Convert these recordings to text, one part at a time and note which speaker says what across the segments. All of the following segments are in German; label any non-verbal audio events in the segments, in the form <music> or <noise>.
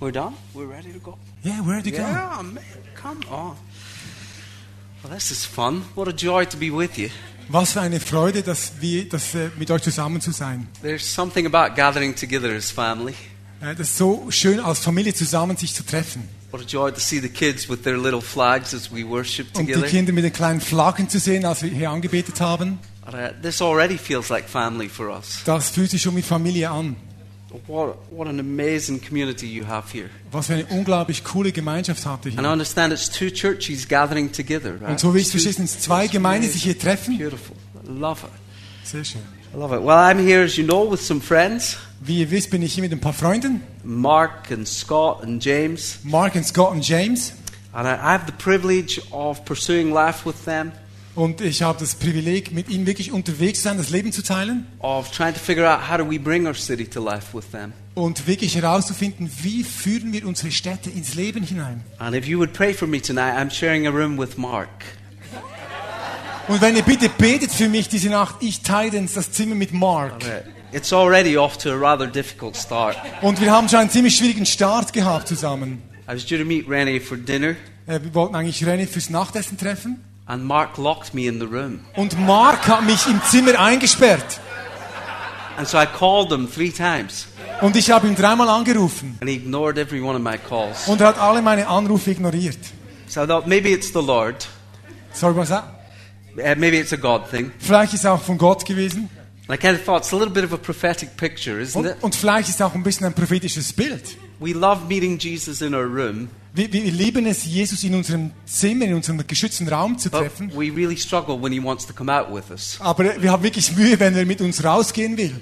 Speaker 1: We're done? We're ready to go?
Speaker 2: Yeah, where'd you go?
Speaker 1: Yeah, man, come on. Well, this is fun. What a joy to be with you.
Speaker 2: Was für eine Freude, dass wir, dass, äh, mit euch zusammen zu sein.
Speaker 1: There's something about gathering together as family.
Speaker 2: Äh, das ist so schön, als Familie zusammen sich zu treffen.
Speaker 1: What a joy to see the kids with their little flags as we worship
Speaker 2: Und Um die
Speaker 1: together.
Speaker 2: Kinder mit den kleinen Flaggen zu sehen, als wir hier angebetet haben.
Speaker 1: Uh, this already feels like family for us.
Speaker 2: Das fühlt sich schon wie Familie an.
Speaker 1: What, what an amazing community you have here.
Speaker 2: Was für eine unglaublich coole Gemeinschaft habt ihr
Speaker 1: And I
Speaker 2: hier.
Speaker 1: understand it's two churches gathering together, right?
Speaker 2: Und so wie ich
Speaker 1: It's two-
Speaker 2: verstehe, sind es zwei
Speaker 1: it's
Speaker 2: Gemeinden, die
Speaker 1: amazing.
Speaker 2: sich hier treffen.
Speaker 1: Beautiful. I love it.
Speaker 2: Sehr schön.
Speaker 1: I love it. Well, I'm here, as you know, with some friends.
Speaker 2: Wie ihr wisst, bin ich hier mit ein paar Freunden.
Speaker 1: Mark and Scott and James.
Speaker 2: Mark und Scott und James.
Speaker 1: And I I have the privilege of pursuing life with them,
Speaker 2: Und ich habe das Privileg, mit ihnen wirklich unterwegs zu sein, das Leben zu teilen.
Speaker 1: of trying to figure out how do we bring our city to life with them.
Speaker 2: und wirklich herauszufinden, wie führen wir unsere Städte ins Leben hinein.
Speaker 1: And if you would pray for me tonight, I'm sharing a room with Mark.
Speaker 2: Und wenn ihr bitte betet für mich diese Nacht, ich teile uns das Zimmer mit Mark.
Speaker 1: It's already off to a rather difficult start.
Speaker 2: Und wir haben schon einen ziemlich schwierigen Start gehabt zusammen.
Speaker 1: I was due to meet Rennie for dinner,
Speaker 2: Äh, Wir wollten eigentlich René fürs Nachtessen treffen.
Speaker 1: and Mark locked me in the room.
Speaker 2: Und Mark hat mich im Zimmer eingesperrt.
Speaker 1: And so I called him three times,
Speaker 2: Und ich habe ihn dreimal angerufen.
Speaker 1: and he ignored every one of my calls.
Speaker 2: Und er hat alle meine Anrufe ignoriert.
Speaker 1: So I thought maybe it's the Lord,
Speaker 2: Sorry, was that?
Speaker 1: uh, maybe it's a God thing.
Speaker 2: Vielleicht ist es auch von Gott gewesen.
Speaker 1: And I kind of thought it's a little bit of a prophetic picture, isn't
Speaker 2: Und,
Speaker 1: it?
Speaker 2: und vielleicht ist es auch ein bisschen ein prophetisches Bild.
Speaker 1: We love meeting Jesus in our room,
Speaker 2: Wir, wir wir lieben es, Jesus in unserem Zimmer, in unserem geschützten Raum zu
Speaker 1: but
Speaker 2: treffen.
Speaker 1: we really struggle when he wants to come out with us.
Speaker 2: Aber wir haben wirklich Mühe, wenn er mit uns rausgehen will.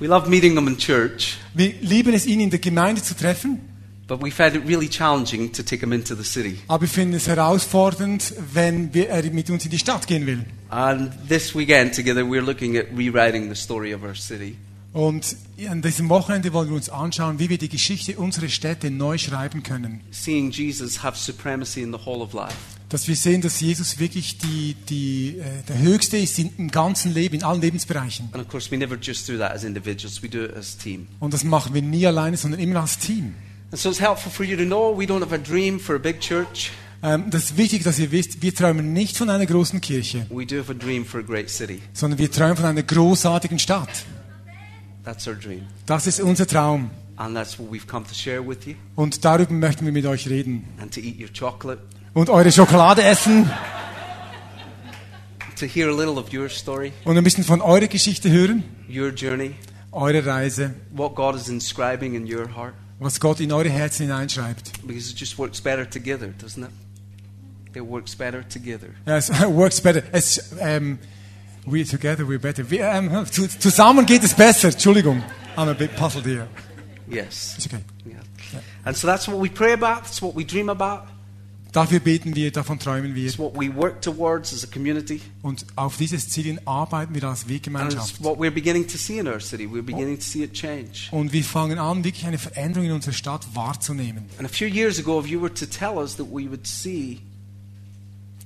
Speaker 1: We love meeting him in church,
Speaker 2: Wir lieben es, ihn in der Gemeinde zu treffen,
Speaker 1: but we find it really challenging to take him into the city.
Speaker 2: aber wir finden es herausfordernd, wenn wir, er mit uns in die Stadt gehen will.
Speaker 1: And this weekend together, we're looking at rewriting the story of our city.
Speaker 2: Und an diesem Wochenende wollen wir uns anschauen, wie wir die Geschichte unserer Städte neu schreiben können.
Speaker 1: Seeing Jesus have supremacy in the whole of life.
Speaker 2: Dass wir sehen, dass Jesus wirklich die, die, äh, der Höchste ist in, im ganzen Leben, in allen Lebensbereichen.
Speaker 1: And of course, we never just do that as individuals, we do it as a team.
Speaker 2: Und das machen wir nie alleine, sondern immer als Team.
Speaker 1: And so it's helpful for you to know we don't have a dream for a big church,
Speaker 2: Ähm, das ist wichtig, dass ihr wisst, wir träumen nicht von einer großen Kirche,
Speaker 1: we do have a dream for a great city.
Speaker 2: sondern wir träumen von einer großartigen Stadt.
Speaker 1: That's our dream.
Speaker 2: Das ist unser Traum.
Speaker 1: And that's what we've come to share with you
Speaker 2: Und darüber möchten wir mit euch reden.
Speaker 1: and to eat your chocolate,
Speaker 2: Und eure Schokolade essen
Speaker 1: to hear a little of your story,
Speaker 2: und ein bisschen von eurer Geschichte hören,
Speaker 1: your journey,
Speaker 2: eure Reise,
Speaker 1: what God is inscribing in your heart.
Speaker 2: was Gott in eure Herzen hineinschreibt.
Speaker 1: Because it just works better together, doesn't it? It works better together.
Speaker 2: Ja, Es <laughs> works better. Es, ähm, we together we're better. Wir, ähm, zu, zusammen geht es besser. Entschuldigung. I'm a bit puzzled here.
Speaker 1: Yes.
Speaker 2: It's okay.
Speaker 1: Yeah. And so that's what we pray about, that's what we dream about,
Speaker 2: Dafür beten wir, davon träumen wir.
Speaker 1: it's what we work towards as a community.
Speaker 2: Und auf dieses Ziel hin arbeiten wir als
Speaker 1: And it's
Speaker 2: Weggemeinschaft.
Speaker 1: what we're beginning to see in our city. We're beginning to see it change.
Speaker 2: Und wir fangen an, wirklich eine Veränderung in unserer Stadt wahrzunehmen.
Speaker 1: And a few years ago, if you were to tell us that we would see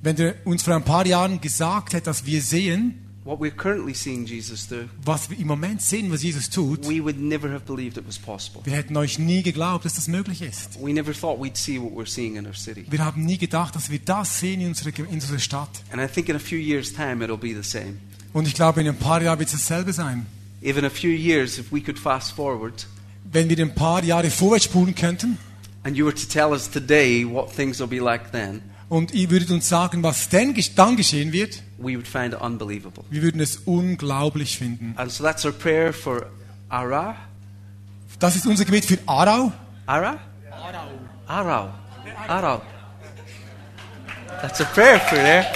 Speaker 2: Wenn du uns vor ein paar Jahren gesagt hättest, dass wir sehen,
Speaker 1: what we're currently seeing Jesus do,
Speaker 2: was wir im Moment sehen, was Jesus tut,
Speaker 1: we would never have believed it was possible.
Speaker 2: wir hätten euch nie geglaubt, dass das möglich ist.
Speaker 1: We never thought we'd see what we're seeing in our city.
Speaker 2: Wir haben nie gedacht, dass wir das sehen in unserer, Ge- in unserer Stadt.
Speaker 1: And I think in a few years' time, it'll be the same.
Speaker 2: Und ich glaube, in ein paar Jahren wird es dasselbe sein.
Speaker 1: If in a few years, if we could fast forward
Speaker 2: Wenn wir ein paar Jahre vorwärts spulen könnten
Speaker 1: and you were to tell us today what things will be like then,
Speaker 2: und ihr würdet uns sagen, was denn gesch- dann geschehen wird,
Speaker 1: we would find it unbelievable.
Speaker 2: wir würden es unglaublich finden.
Speaker 1: And so that's our prayer for Ara.
Speaker 2: Das ist unser Gebet für Aarau.
Speaker 1: Ara? Arau. Arau. Arau. That's a prayer for there.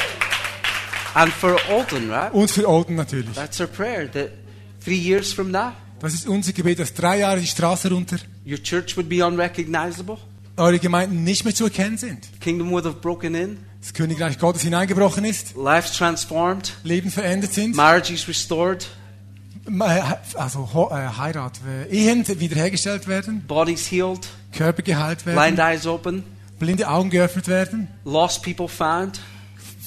Speaker 1: And for Alton, right?
Speaker 2: Und für Olden natürlich.
Speaker 1: That's our prayer that three years from now,
Speaker 2: Das ist unser Gebet, dass drei Jahre die Straße runter
Speaker 1: your church would be unrecognizable.
Speaker 2: eure Gemeinden nicht mehr zu erkennen sind.
Speaker 1: The kingdom would have broken in.
Speaker 2: Das Königreich Gottes hineingebrochen ist,
Speaker 1: Lives transformed.
Speaker 2: Leben verändert sind.
Speaker 1: Marriage is restored.
Speaker 2: also Ho- äh, Heirat, äh, Ehen wiederhergestellt werden,
Speaker 1: Bodies healed.
Speaker 2: Körper geheilt
Speaker 1: Blind
Speaker 2: werden,
Speaker 1: eyes open.
Speaker 2: blinde Augen geöffnet werden,
Speaker 1: Lost people found.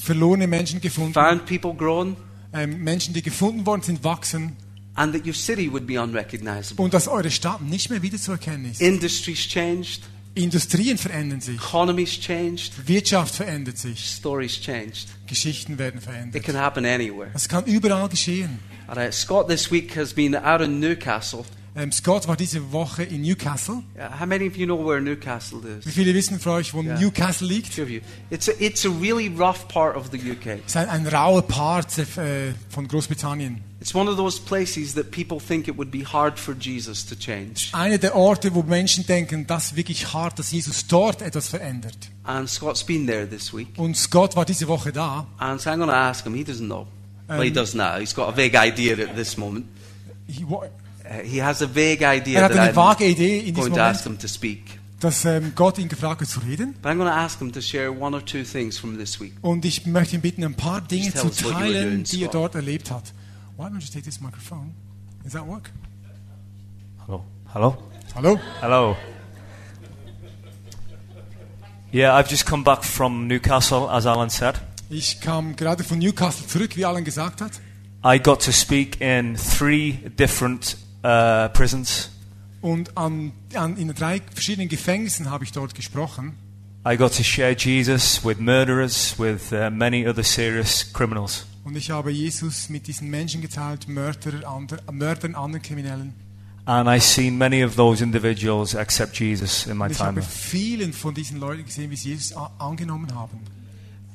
Speaker 2: verlorene Menschen gefunden,
Speaker 1: Found people grown.
Speaker 2: ähm, Menschen, die gefunden worden sind, wachsen.
Speaker 1: and that your city would be unrecognizable.
Speaker 2: und dass eure Stadt nicht mehr wiederzuerkennen ist.
Speaker 1: Industries changed,
Speaker 2: Industrien verändern sich,
Speaker 1: economies changed,
Speaker 2: Wirtschaft verändert sich,
Speaker 1: stories changed.
Speaker 2: Geschichten werden
Speaker 1: It
Speaker 2: verändert.
Speaker 1: can happen anywhere.
Speaker 2: Das kann überall geschehen.
Speaker 1: All right, Scott this week has been out in Newcastle.
Speaker 2: Ähm, Scott war diese Woche in Newcastle.
Speaker 1: Uh, How many of you know where Newcastle is?
Speaker 2: Wie viele wissen von euch, wo
Speaker 1: Ja.
Speaker 2: Newcastle liegt?
Speaker 1: Few of you. It's a, it's a really rough part of the UK.
Speaker 2: Es ist ein, ein rauer Part äh, von Großbritannien.
Speaker 1: It's one of those places that people think it would be hard for Jesus to change.
Speaker 2: Einer der Orte, wo Menschen denken, das ist wirklich hart, dass Jesus dort etwas verändert.
Speaker 1: And Scott's been there this week.
Speaker 2: Und Scott war diese Woche da.
Speaker 1: And so I'm going to ask him. He doesn't know. well, he does now. He's got a vague idea at this moment.
Speaker 2: He wa-
Speaker 1: Uh, he has a vague idea
Speaker 2: Er hat
Speaker 1: that
Speaker 2: eine
Speaker 1: I'm
Speaker 2: vage Idee in diesem
Speaker 1: going to
Speaker 2: Moment.
Speaker 1: ask him to speak.
Speaker 2: dass ähm, Gott ihn gefragt hat zu reden.
Speaker 1: But I'm going to ask him to share one or two things from this week.
Speaker 2: Und ich möchte ihn bitten, ein paar Dinge
Speaker 1: Just tell
Speaker 2: zu
Speaker 1: us what you were
Speaker 2: teilen,
Speaker 1: doing,
Speaker 2: die er
Speaker 1: Scott.
Speaker 2: dort erlebt hat. Why don't you take this microphone? Does that work?
Speaker 3: Hello. Hello.
Speaker 2: Hallo?
Speaker 3: Hello. Yeah, I've just come back from Newcastle, as Alan said.
Speaker 2: Ich kam gerade von Newcastle zurück, wie Alan gesagt hat.
Speaker 3: I got to speak in three different uh, prisons.
Speaker 2: Und an, an, in drei verschiedenen Gefängnissen habe ich dort gesprochen.
Speaker 3: I got to share Jesus with murderers, with uh, many other serious criminals.
Speaker 2: Und ich habe Jesus mit diesen Menschen geteilt, Mörder, ander, Mördern, anderen Kriminellen.
Speaker 3: And I seen many of those individuals accept Jesus in my
Speaker 2: Und ich habe
Speaker 3: time.
Speaker 2: vielen von diesen Leuten gesehen, wie sie Jesus a- angenommen haben.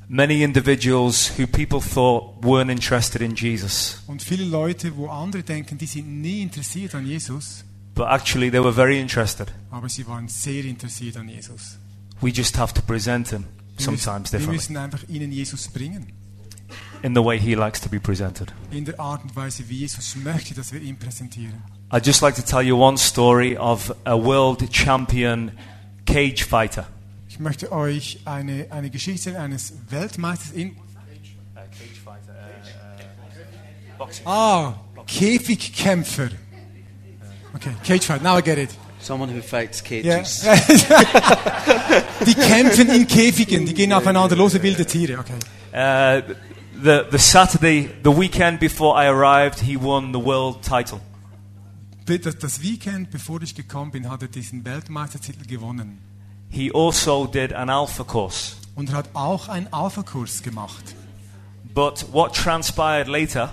Speaker 3: Many individuals who people thought weren't interested in Jesus,
Speaker 2: Und viele Leute, wo andere denken, die sind nie interessiert an Jesus,
Speaker 3: but actually they were very interested.
Speaker 2: aber sie waren sehr interessiert an Jesus.
Speaker 3: We just have to present him
Speaker 2: Wir müssen,
Speaker 3: sometimes
Speaker 2: wir
Speaker 3: differently.
Speaker 2: müssen einfach ihnen Jesus bringen.
Speaker 3: in the way he likes to be presented.
Speaker 2: In der Art und Weise, wie Jesus möchte, dass wir ihn präsentieren.
Speaker 3: I'd just like to tell you one story of a world champion cage fighter.
Speaker 2: Ich möchte euch eine, eine Geschichte eines Weltmeisters in...
Speaker 3: cage fighter.
Speaker 2: Ah, Käfigkämpfer. Okay, Cagefight, now I get it.
Speaker 1: Someone who fights
Speaker 2: Ja.
Speaker 1: cages.
Speaker 2: <laughs> die kämpfen in Käfigen, die gehen aufeinander los wie wilde Tiere. Okay.
Speaker 3: the, the Saturday, the weekend before I arrived, he won the world title.
Speaker 2: Das, das Weekend, bevor ich gekommen bin, hat er diesen Weltmeistertitel gewonnen.
Speaker 3: He also did an alpha course.
Speaker 2: Und er hat auch einen Alpha-Kurs gemacht.
Speaker 3: But what transpired later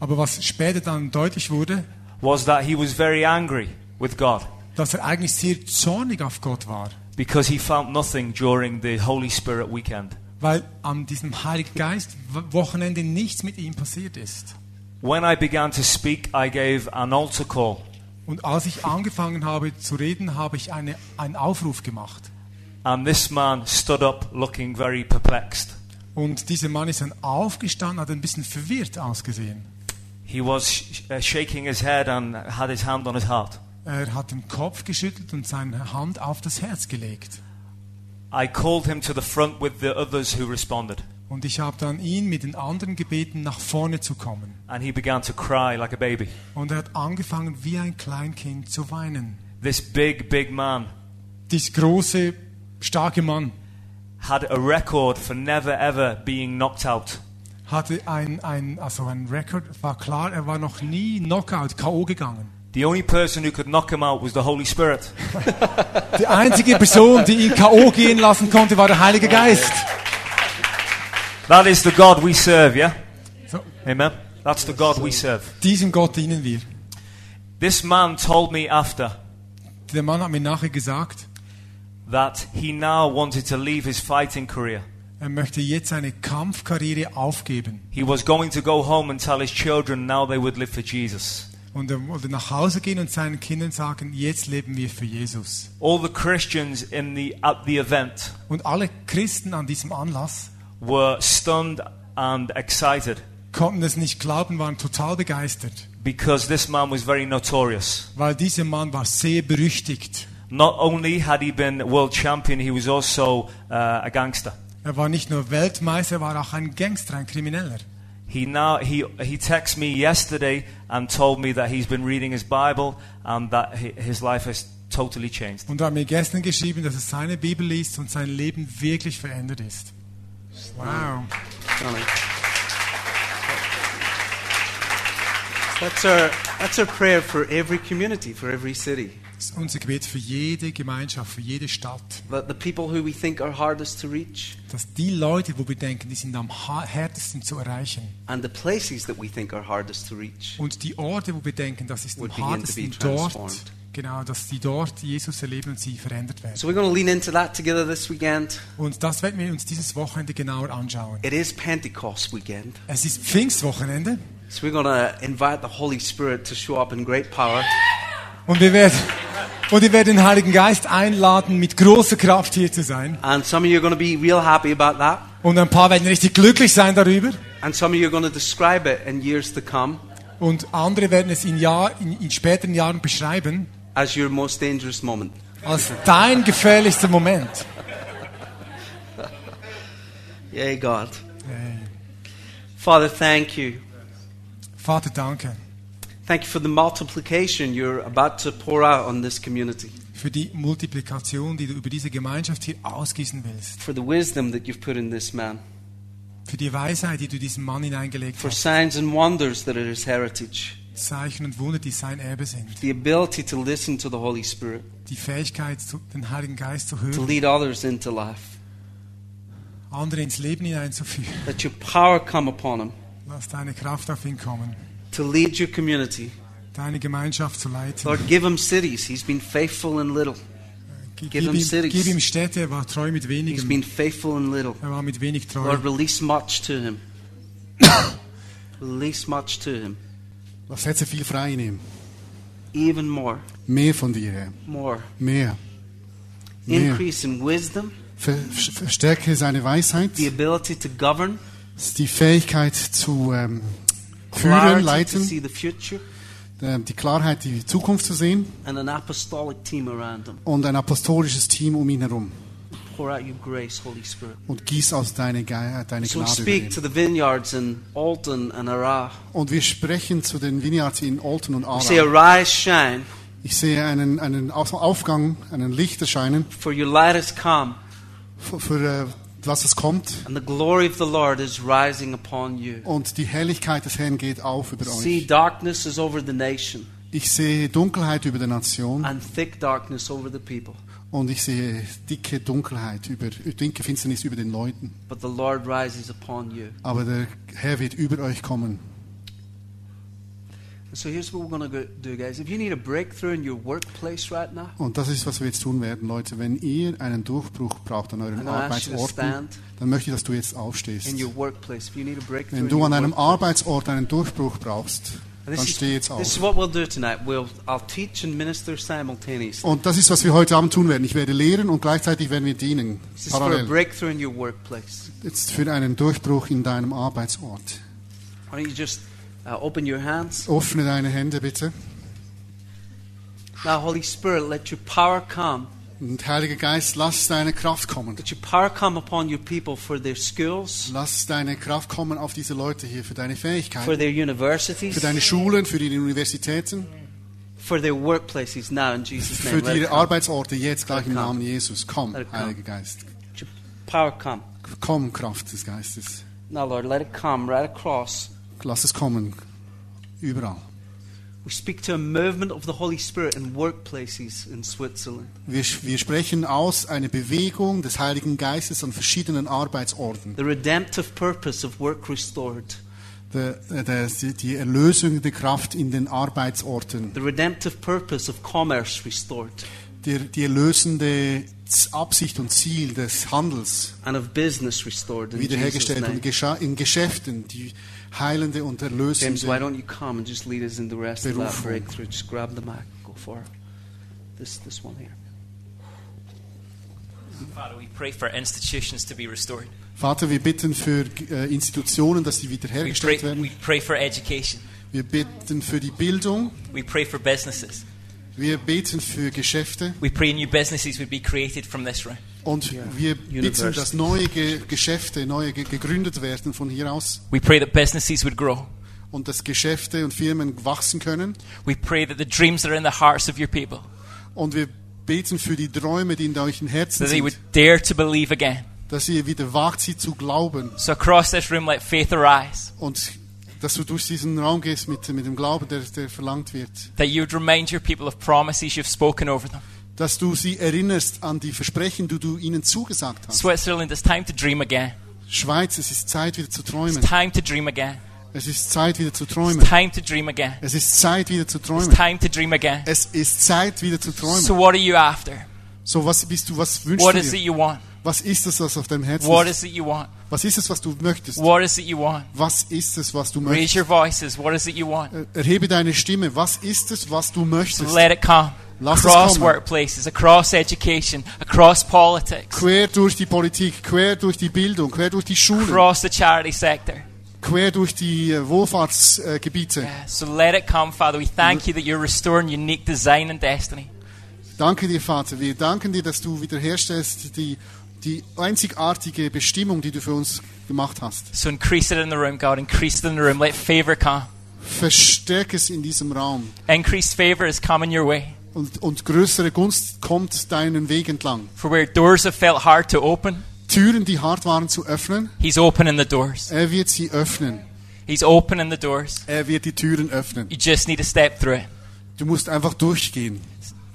Speaker 2: Aber was später dann deutlich wurde,
Speaker 3: was that he was very angry with God
Speaker 2: dass er eigentlich sehr zornig auf Gott war.
Speaker 3: because he found nothing during the Holy Spirit weekend.
Speaker 2: Weil an diesem Heiligen Geist Wochenende nichts mit ihm passiert ist.
Speaker 3: When I began to speak, I gave an altar call.
Speaker 2: Und als ich angefangen habe zu reden, habe ich eine, einen Aufruf gemacht.
Speaker 3: And this man stood up looking very perplexed.
Speaker 2: Und dieser Mann ist dann aufgestanden, hat ein bisschen verwirrt ausgesehen.
Speaker 3: He was sh- uh, shaking his head and had his hand on his heart.
Speaker 2: Er hat den Kopf geschüttelt und seine Hand auf das Herz gelegt.
Speaker 3: I called him to the front with the others who responded,
Speaker 2: Und ich habe dann ihn mit den anderen gebeten, nach vorne zu kommen.
Speaker 3: and he began to cry like a baby.
Speaker 2: Und er hat angefangen, wie ein Kleinkind zu weinen.
Speaker 3: This big, big man
Speaker 2: Dies große, starke Mann
Speaker 3: had a record for never ever being knocked out.
Speaker 2: hatte ein, ein, also ein Rekord, war klar, er war noch nie Knockout, K.O. gegangen.
Speaker 3: The only person who could knock him out was the Holy Spirit.
Speaker 2: Die einzige Person, die ihn K.O. gehen lassen konnte, war der Heilige Geist.
Speaker 3: That is the God we serve, yeah?
Speaker 2: So,
Speaker 3: Amen? That's the God we serve.
Speaker 2: diesem Gott dienen wir.
Speaker 3: This man told me after
Speaker 2: Der Mann hat mir nachher gesagt,
Speaker 3: that he now wanted to leave his fighting career.
Speaker 2: er möchte jetzt seine Kampfkarriere aufgeben.
Speaker 3: He was going to go home and tell his children now they would live for Jesus.
Speaker 2: Und er wollte nach Hause gehen und seinen Kindern sagen, jetzt leben wir für Jesus.
Speaker 3: All the Christians in the, at the event
Speaker 2: Und alle Christen an diesem Anlass
Speaker 3: were stunned and excited
Speaker 2: konnten es nicht glauben, waren total begeistert,
Speaker 3: because this man was very notorious.
Speaker 2: weil dieser Mann war sehr berüchtigt.
Speaker 3: Not only had he been world champion, he was also uh, a gangster.
Speaker 2: Er war nicht nur Weltmeister, er war auch ein Gangster, ein Krimineller.
Speaker 3: He now he he texted me yesterday and told me that he's been reading his Bible and that hi- his life has totally changed.
Speaker 2: Und er hat mir gestern geschrieben, dass er seine Bibel liest und sein Leben wirklich verändert ist. Wow.
Speaker 1: Stunning. That's our, that's our prayer for every community, for every city.
Speaker 2: Das ist unser Gebet für jede Gemeinschaft, für jede Stadt,
Speaker 1: That the people who we think are hardest to reach
Speaker 2: dass die Leute, wo wir denken, die sind am ha- härtesten zu erreichen
Speaker 1: and the places that we think are hardest to reach
Speaker 2: und die Orte, wo wir denken, das ist
Speaker 1: Would begin to
Speaker 2: am
Speaker 1: be
Speaker 2: härtesten
Speaker 1: transformed.
Speaker 2: dort, genau, dass die dort Jesus erleben und sie verändert werden.
Speaker 1: So we're going to lean into that together this weekend.
Speaker 2: Und das werden wir uns dieses Wochenende genauer anschauen.
Speaker 1: It is Pentecost weekend.
Speaker 2: Es ist Pfingstwochenende
Speaker 1: So we're going to invite the Holy Spirit to show up in great power.
Speaker 2: und wir werden, und wir werden den Heiligen Geist einladen, mit großer Kraft hier zu sein.
Speaker 1: And some of you are going to be real happy about that.
Speaker 2: Und ein paar werden richtig glücklich sein darüber
Speaker 1: And some of you are going to describe it in years to come
Speaker 2: und andere werden es in, Jahr, in, in späteren Jahren beschreiben
Speaker 1: as your most dangerous moment.
Speaker 2: als dein gefährlichster Moment.
Speaker 1: Yay, God.
Speaker 2: Hey.
Speaker 1: Father, thank you.
Speaker 2: Vater, danke
Speaker 1: Thank you for the multiplication you're about to pour out on this community,
Speaker 2: für die Multiplikation, die du über diese Gemeinschaft hier ausgießen willst,
Speaker 1: for the wisdom that you've put in this man,
Speaker 2: für die Weisheit, die du diesem Mann hineingelegt
Speaker 1: for
Speaker 2: hast,
Speaker 1: signs and wonders that are his heritage,
Speaker 2: Zeichen und Wunder, die sein Erbe sind,
Speaker 1: the ability to listen to the Holy Spirit,
Speaker 2: die Fähigkeit, zu- den Heiligen Geist zu
Speaker 1: to
Speaker 2: hören,
Speaker 1: lead others into life.
Speaker 2: andere ins Leben hineinzuführen.
Speaker 1: Let your power come upon him,
Speaker 2: Lass deine Kraft auf ihn kommen,
Speaker 1: to lead your community.
Speaker 2: deine Gemeinschaft zu leiten.
Speaker 1: Lord, give him cities. He's been faithful in little.
Speaker 2: Gib,
Speaker 1: give him
Speaker 2: ihm,
Speaker 1: cities.
Speaker 2: gib ihm Städte, er war treu mit
Speaker 1: He's
Speaker 2: wenigem.
Speaker 1: been faithful in little.
Speaker 2: Er war mit wenig treu.
Speaker 1: Lord, release much to him. <coughs> release much to him.
Speaker 4: Was setze viel frei in ihm.
Speaker 1: Even more.
Speaker 4: Mehr von dir, Herr.
Speaker 1: More.
Speaker 4: Mehr. Mehr.
Speaker 1: Increase in wisdom,
Speaker 4: Ver verstärke seine Weisheit,
Speaker 1: the ability to govern,
Speaker 4: die Fähigkeit zu ähm, führen,
Speaker 1: clarity to see the
Speaker 4: leiten,
Speaker 1: future,
Speaker 4: ähm, die Klarheit, die Zukunft zu sehen
Speaker 1: and an apostolic team around him.
Speaker 4: und ein apostolisches Team um ihn herum.
Speaker 1: Pour out your grace, Holy Spirit.
Speaker 4: Und gieß aus deine, Ge äh, deine
Speaker 1: So we
Speaker 4: Gnade über
Speaker 1: speak to
Speaker 4: ihn.
Speaker 1: the vineyards in Alton and Arah.
Speaker 4: Und wir sprechen zu den Vineyards in Olten und
Speaker 1: Say,
Speaker 4: Aarau.
Speaker 1: arise, shine,
Speaker 4: Ich sehe einen, einen Auf- Aufgang, einen Licht erscheinen
Speaker 1: for your light has come,
Speaker 4: für, für äh, was es kommt.
Speaker 1: and the glory of the Lord is rising upon you.
Speaker 4: Und die Herrlichkeit des Herrn geht auf über
Speaker 1: See,
Speaker 4: euch.
Speaker 1: darkness is over the nation,
Speaker 4: Ich sehe Dunkelheit über der Nation.
Speaker 1: and thick darkness over the people.
Speaker 4: Und ich sehe dicke Dunkelheit, über, dicke Finsternis über den Leuten.
Speaker 1: But the Lord rises upon you.
Speaker 4: Aber der Herr wird über euch kommen.
Speaker 1: So here's what we're going to do, guys. If you need a breakthrough in your workplace right now,
Speaker 4: Und das ist, was wir jetzt tun werden, Leute. Wenn ihr einen Durchbruch braucht an
Speaker 1: I'm
Speaker 4: euren
Speaker 1: gonna ask you to
Speaker 4: Arbeitsorten,
Speaker 1: stand.
Speaker 4: dann möchte ich, dass du jetzt aufstehst.
Speaker 1: in your workplace, if you need a breakthrough,
Speaker 4: Wenn
Speaker 1: in
Speaker 4: du
Speaker 1: your
Speaker 4: an einem
Speaker 1: work-
Speaker 4: Arbeitsort einen Durchbruch brauchst,
Speaker 1: And
Speaker 4: dann
Speaker 1: this,
Speaker 4: steh
Speaker 1: is,
Speaker 4: jetzt
Speaker 1: this is
Speaker 4: auf.
Speaker 1: what we'll do tonight. We'll, I'll teach and minister simultaneously.
Speaker 4: Und das ist, was wir heute Abend tun werden. Ich werde lehren und gleichzeitig werden wir dienen.
Speaker 1: This is for a
Speaker 4: Parallel.
Speaker 1: breakthrough in your workplace.
Speaker 4: Jetzt für einen Durchbruch in deinem Arbeitsort.
Speaker 1: Why don't you just uh, open your hands?
Speaker 4: Öffne deine Hände bitte.
Speaker 1: Now, Holy Spirit, let your power come.
Speaker 4: Und Heiliger Geist, lass deine Kraft kommen.
Speaker 1: Let your power come upon your people for their schools,
Speaker 4: Lass deine Kraft kommen auf diese Leute hier, für deine
Speaker 1: for
Speaker 4: Fähigkeiten,
Speaker 1: their
Speaker 4: für deine
Speaker 1: universities,
Speaker 4: Schulen, für die Universitäten,
Speaker 1: for their workplaces now in Jesus'
Speaker 4: für
Speaker 1: name. Let it
Speaker 4: die
Speaker 1: come.
Speaker 4: Arbeitsorte, jetzt gleich im
Speaker 1: Come.
Speaker 4: Namen Jesus. Komm,
Speaker 1: Let it come.
Speaker 4: Heiliger Geist.
Speaker 1: Let your power come.
Speaker 4: Komm, Kraft des Geistes.
Speaker 1: Now, Lord, let it come right across.
Speaker 4: Lass es kommen. Überall.
Speaker 1: We speak to a movement of the Holy Spirit in workplaces in Switzerland.
Speaker 4: Wir, wir sprechen aus eine Bewegung des Heiligen Geistes an verschiedenen Arbeitsorten.
Speaker 1: The redemptive purpose of work restored.
Speaker 4: Der- äh, der- die- die erlösende Kraft in den Arbeitsorten.
Speaker 1: The redemptive purpose of commerce restored.
Speaker 4: Die, die erlösende Z- Absicht und Ziel des Handels.
Speaker 1: And of business restored in Jesus'
Speaker 4: wiederhergestellt
Speaker 1: name.
Speaker 4: und gescha- in Geschäften, die heilende und erlösende.
Speaker 1: James, why don't you come and just lead us in the rest of that
Speaker 4: Berufung.
Speaker 1: breakthrough? Just grab the mic, go for it. This, this one here.
Speaker 5: Father, we pray for institutions to be restored.
Speaker 4: Vater, wir bitten für äh, Institutionen, dass sie
Speaker 5: We
Speaker 4: wiederhergestellt
Speaker 5: pray, we
Speaker 4: werden.
Speaker 5: pray for education.
Speaker 4: Wir bitten für die Bildung.
Speaker 5: We pray for businesses.
Speaker 4: Wir beten für Geschäfte.
Speaker 5: We pray new businesses would be created from this round.
Speaker 4: Und wir bitten,
Speaker 1: Universities.
Speaker 4: dass neue Ge Geschäfte neue ge gegründet werden von hier aus.
Speaker 5: We pray that businesses would grow.
Speaker 4: Und dass Geschäfte und Firmen wachsen können.
Speaker 5: We pray that the dreams that are in the hearts of your people,
Speaker 4: Und wir beten für die Träume, die in euren Herzen
Speaker 5: that they
Speaker 4: sind.
Speaker 5: would dare to believe again.
Speaker 4: Dass ihr wieder wagt, sie zu glauben.
Speaker 5: So across this room, let faith arise.
Speaker 4: Und dass du durch diesen Raum gehst mit, mit dem Glauben, der, der verlangt wird.
Speaker 5: that you would remind your people of promises you've spoken over them.
Speaker 4: Dass du sie erinnerst an die Versprechen, die du ihnen zugesagt hast.
Speaker 5: Switzerland, it's time to dream again.
Speaker 4: Schweiz, es ist Zeit, wieder zu
Speaker 5: It's
Speaker 4: träumen.
Speaker 5: time to dream again.
Speaker 4: Es ist Zeit, wieder zu
Speaker 5: It's
Speaker 4: träumen.
Speaker 5: time to dream again.
Speaker 4: Es ist Zeit, wieder zu
Speaker 5: It's
Speaker 4: träumen.
Speaker 5: time to dream again.
Speaker 4: Es ist Zeit, wieder zu
Speaker 5: So
Speaker 4: träumen.
Speaker 5: what are you after?
Speaker 4: So, was bist du, was wünschst
Speaker 5: What
Speaker 4: du
Speaker 5: is it
Speaker 4: dir?
Speaker 5: you want?
Speaker 4: Was ist es, was auf deinem Herzen
Speaker 5: What
Speaker 4: ist?
Speaker 5: is it you want?
Speaker 4: Was ist es, was du möchtest?
Speaker 5: What is it you want?
Speaker 4: Was ist es, was du
Speaker 5: Raise
Speaker 4: möchtest?
Speaker 5: your voices. What is it you want?
Speaker 4: Erhebe deine Stimme. Was ist es, was du
Speaker 5: So
Speaker 4: möchtest?
Speaker 5: let it come.
Speaker 4: Lass es
Speaker 5: across
Speaker 4: kommen.
Speaker 5: workplaces, across education, across politics,
Speaker 4: Quer durch die Politik, quer durch die Bildung, quer durch die Schule,
Speaker 5: across the charity sector.
Speaker 4: quer durch die äh, Wohlfahrtsgebiete.
Speaker 5: Yeah, So let it come, Father. We thank you that you're restoring unique design and destiny.
Speaker 4: Danke dir, Vater. Wir danken dir, dass du wiederherstellst die, die einzigartige Bestimmung, die du für uns gemacht hast.
Speaker 5: So increase it in the room, God. Increase it in the room. Let favor come.
Speaker 4: Verstärke es in diesem Raum
Speaker 5: Increased favor is coming your way.
Speaker 4: und, und größere Gunst kommt deinen Weg entlang.
Speaker 5: For where doors have felt hard to open,
Speaker 4: Türen, die hart waren zu öffnen,
Speaker 5: He's opening the doors.
Speaker 4: er wird sie öffnen.
Speaker 5: He's opening the doors.
Speaker 4: Er wird die Türen öffnen.
Speaker 5: You just need to step through it.
Speaker 4: Du musst einfach durchgehen.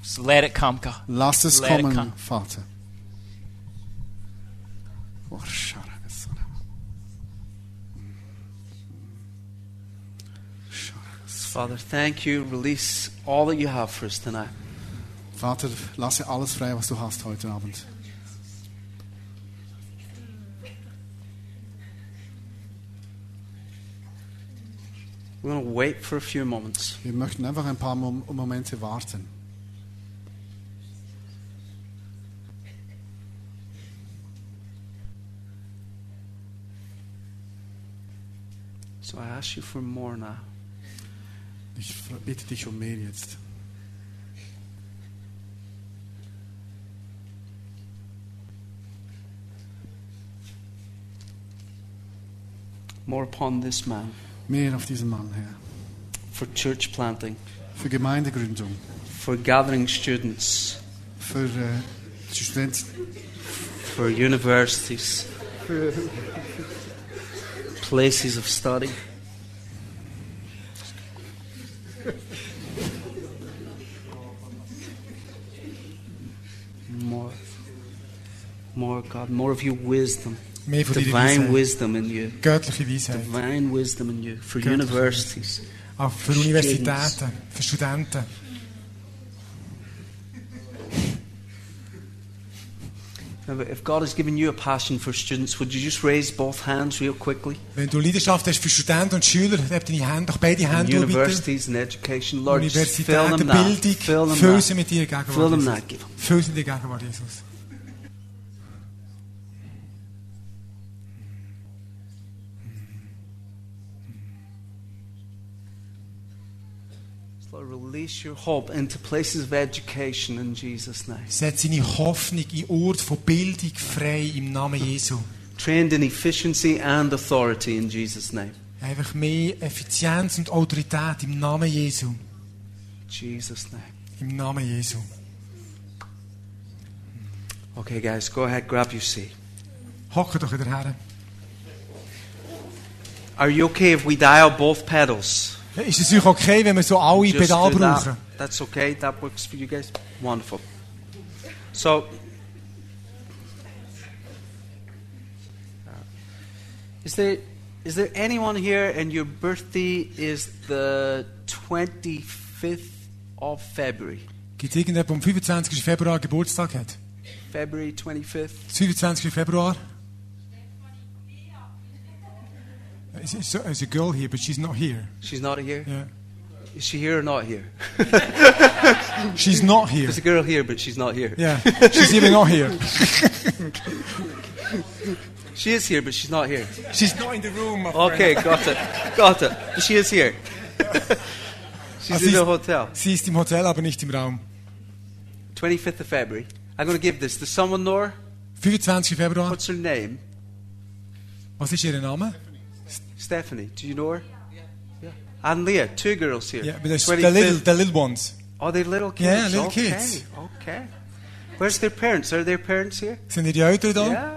Speaker 5: So let it come, God.
Speaker 4: Lass es
Speaker 5: Let it
Speaker 4: kommen,
Speaker 5: come.
Speaker 4: Vater. Oh,
Speaker 1: Father, thank you. Release all that you have for us tonight.
Speaker 4: Vater, lasse alles frei, was du hast heute Abend.
Speaker 1: We're going to wait for a few moments.
Speaker 4: Wir möchten einfach ein paar Mom Momente warten.
Speaker 1: So I ask you for more now.
Speaker 4: Ich fra- bitte dich um mehr jetzt.
Speaker 1: More upon this man
Speaker 4: Mehr auf diesen Mann, Herr.
Speaker 1: for church planting,
Speaker 4: Für Gemeindegründung,
Speaker 1: for gathering students,
Speaker 4: für äh, die Studenten,
Speaker 1: for universities, places of study. More, more God, more of your wisdom,
Speaker 2: Mehr von deiner
Speaker 1: divine
Speaker 2: Weisheit.
Speaker 1: wisdom in you,
Speaker 2: Göttliche Weisheit.
Speaker 1: divine wisdom in you for
Speaker 2: Göttliche
Speaker 1: universities.
Speaker 2: Auch für Universitäten, für Studenten.
Speaker 1: Remember, if God has given you a passion for students, would you just raise both hands real quickly?
Speaker 2: Wenn du Leidenschaft hast für Studenten und Schüler, heb deine Hände, doch beide
Speaker 1: And
Speaker 2: Hände hoch, bitte.
Speaker 1: universities and education, Lord, just fill
Speaker 2: Universitäten,
Speaker 1: them now. Fill them
Speaker 2: Bildung, füll sie
Speaker 1: now.
Speaker 2: mit
Speaker 1: Fill
Speaker 2: dir Gegenwart,
Speaker 1: them
Speaker 2: Jesus.
Speaker 1: now. Give them.
Speaker 2: Füll sie mit dir Gegenwart, Jesus.
Speaker 1: Lord, release your hope into places of education in Jesus' name.
Speaker 2: Setz seine Hoffnung in Ort von Bildung frei im Namen Jesu.
Speaker 1: Trained in efficiency and authority in Jesus' name.
Speaker 2: Einfach mehr Effizienz und Autorität im Namen Jesu.
Speaker 1: Jesus' name.
Speaker 2: Im Namen Jesu.
Speaker 1: Okay, guys, go ahead, grab your seat.
Speaker 2: Hocke doch wieder her.
Speaker 1: Are you okay if we dial both pedals?
Speaker 2: Ist es euch okay, wenn wir so alle
Speaker 1: Just
Speaker 2: Pedal
Speaker 1: do that.
Speaker 2: brauchen?
Speaker 1: That's okay. That works for you guys. Wonderful. So, uh, is there is there anyone here and your birthday is the twenty fifth of February?
Speaker 2: Gibt es irgendjemanden, der am 25. Februar Geburtstag hat?
Speaker 1: February twenty fifth.
Speaker 2: 25. Februar? Is, is, is a girl here, but she's not here.
Speaker 1: She's not here.
Speaker 2: Yeah.
Speaker 1: Is she here or not here?
Speaker 2: She's not here.
Speaker 1: There's a girl here, but she's not here.
Speaker 2: Yeah, she's even not here.
Speaker 1: She is here, but she's not here.
Speaker 2: She's not in the room. my friend.
Speaker 1: Okay, got it, got it. She is here. <laughs> She's
Speaker 2: Also
Speaker 1: in the
Speaker 2: he's-
Speaker 1: hotel.
Speaker 2: Sie ist im Hotel, aber nicht im Raum.
Speaker 1: 25th of February. I'm going to give this to someone, Nor.
Speaker 2: 25. Februar.
Speaker 1: What's her name?
Speaker 2: Was ist ihr Name?
Speaker 1: Stephanie. Do you know her? Yeah. And Leah. Two girls here.
Speaker 2: Yeah, but there's the
Speaker 1: 25th.
Speaker 2: little, the little ones.
Speaker 1: Are they little kids?
Speaker 2: Yeah, little
Speaker 1: okay.
Speaker 2: kids.
Speaker 1: Okay. Where's their parents? Are their parents here?
Speaker 2: Sind ihr die Eltern da?
Speaker 1: Yeah.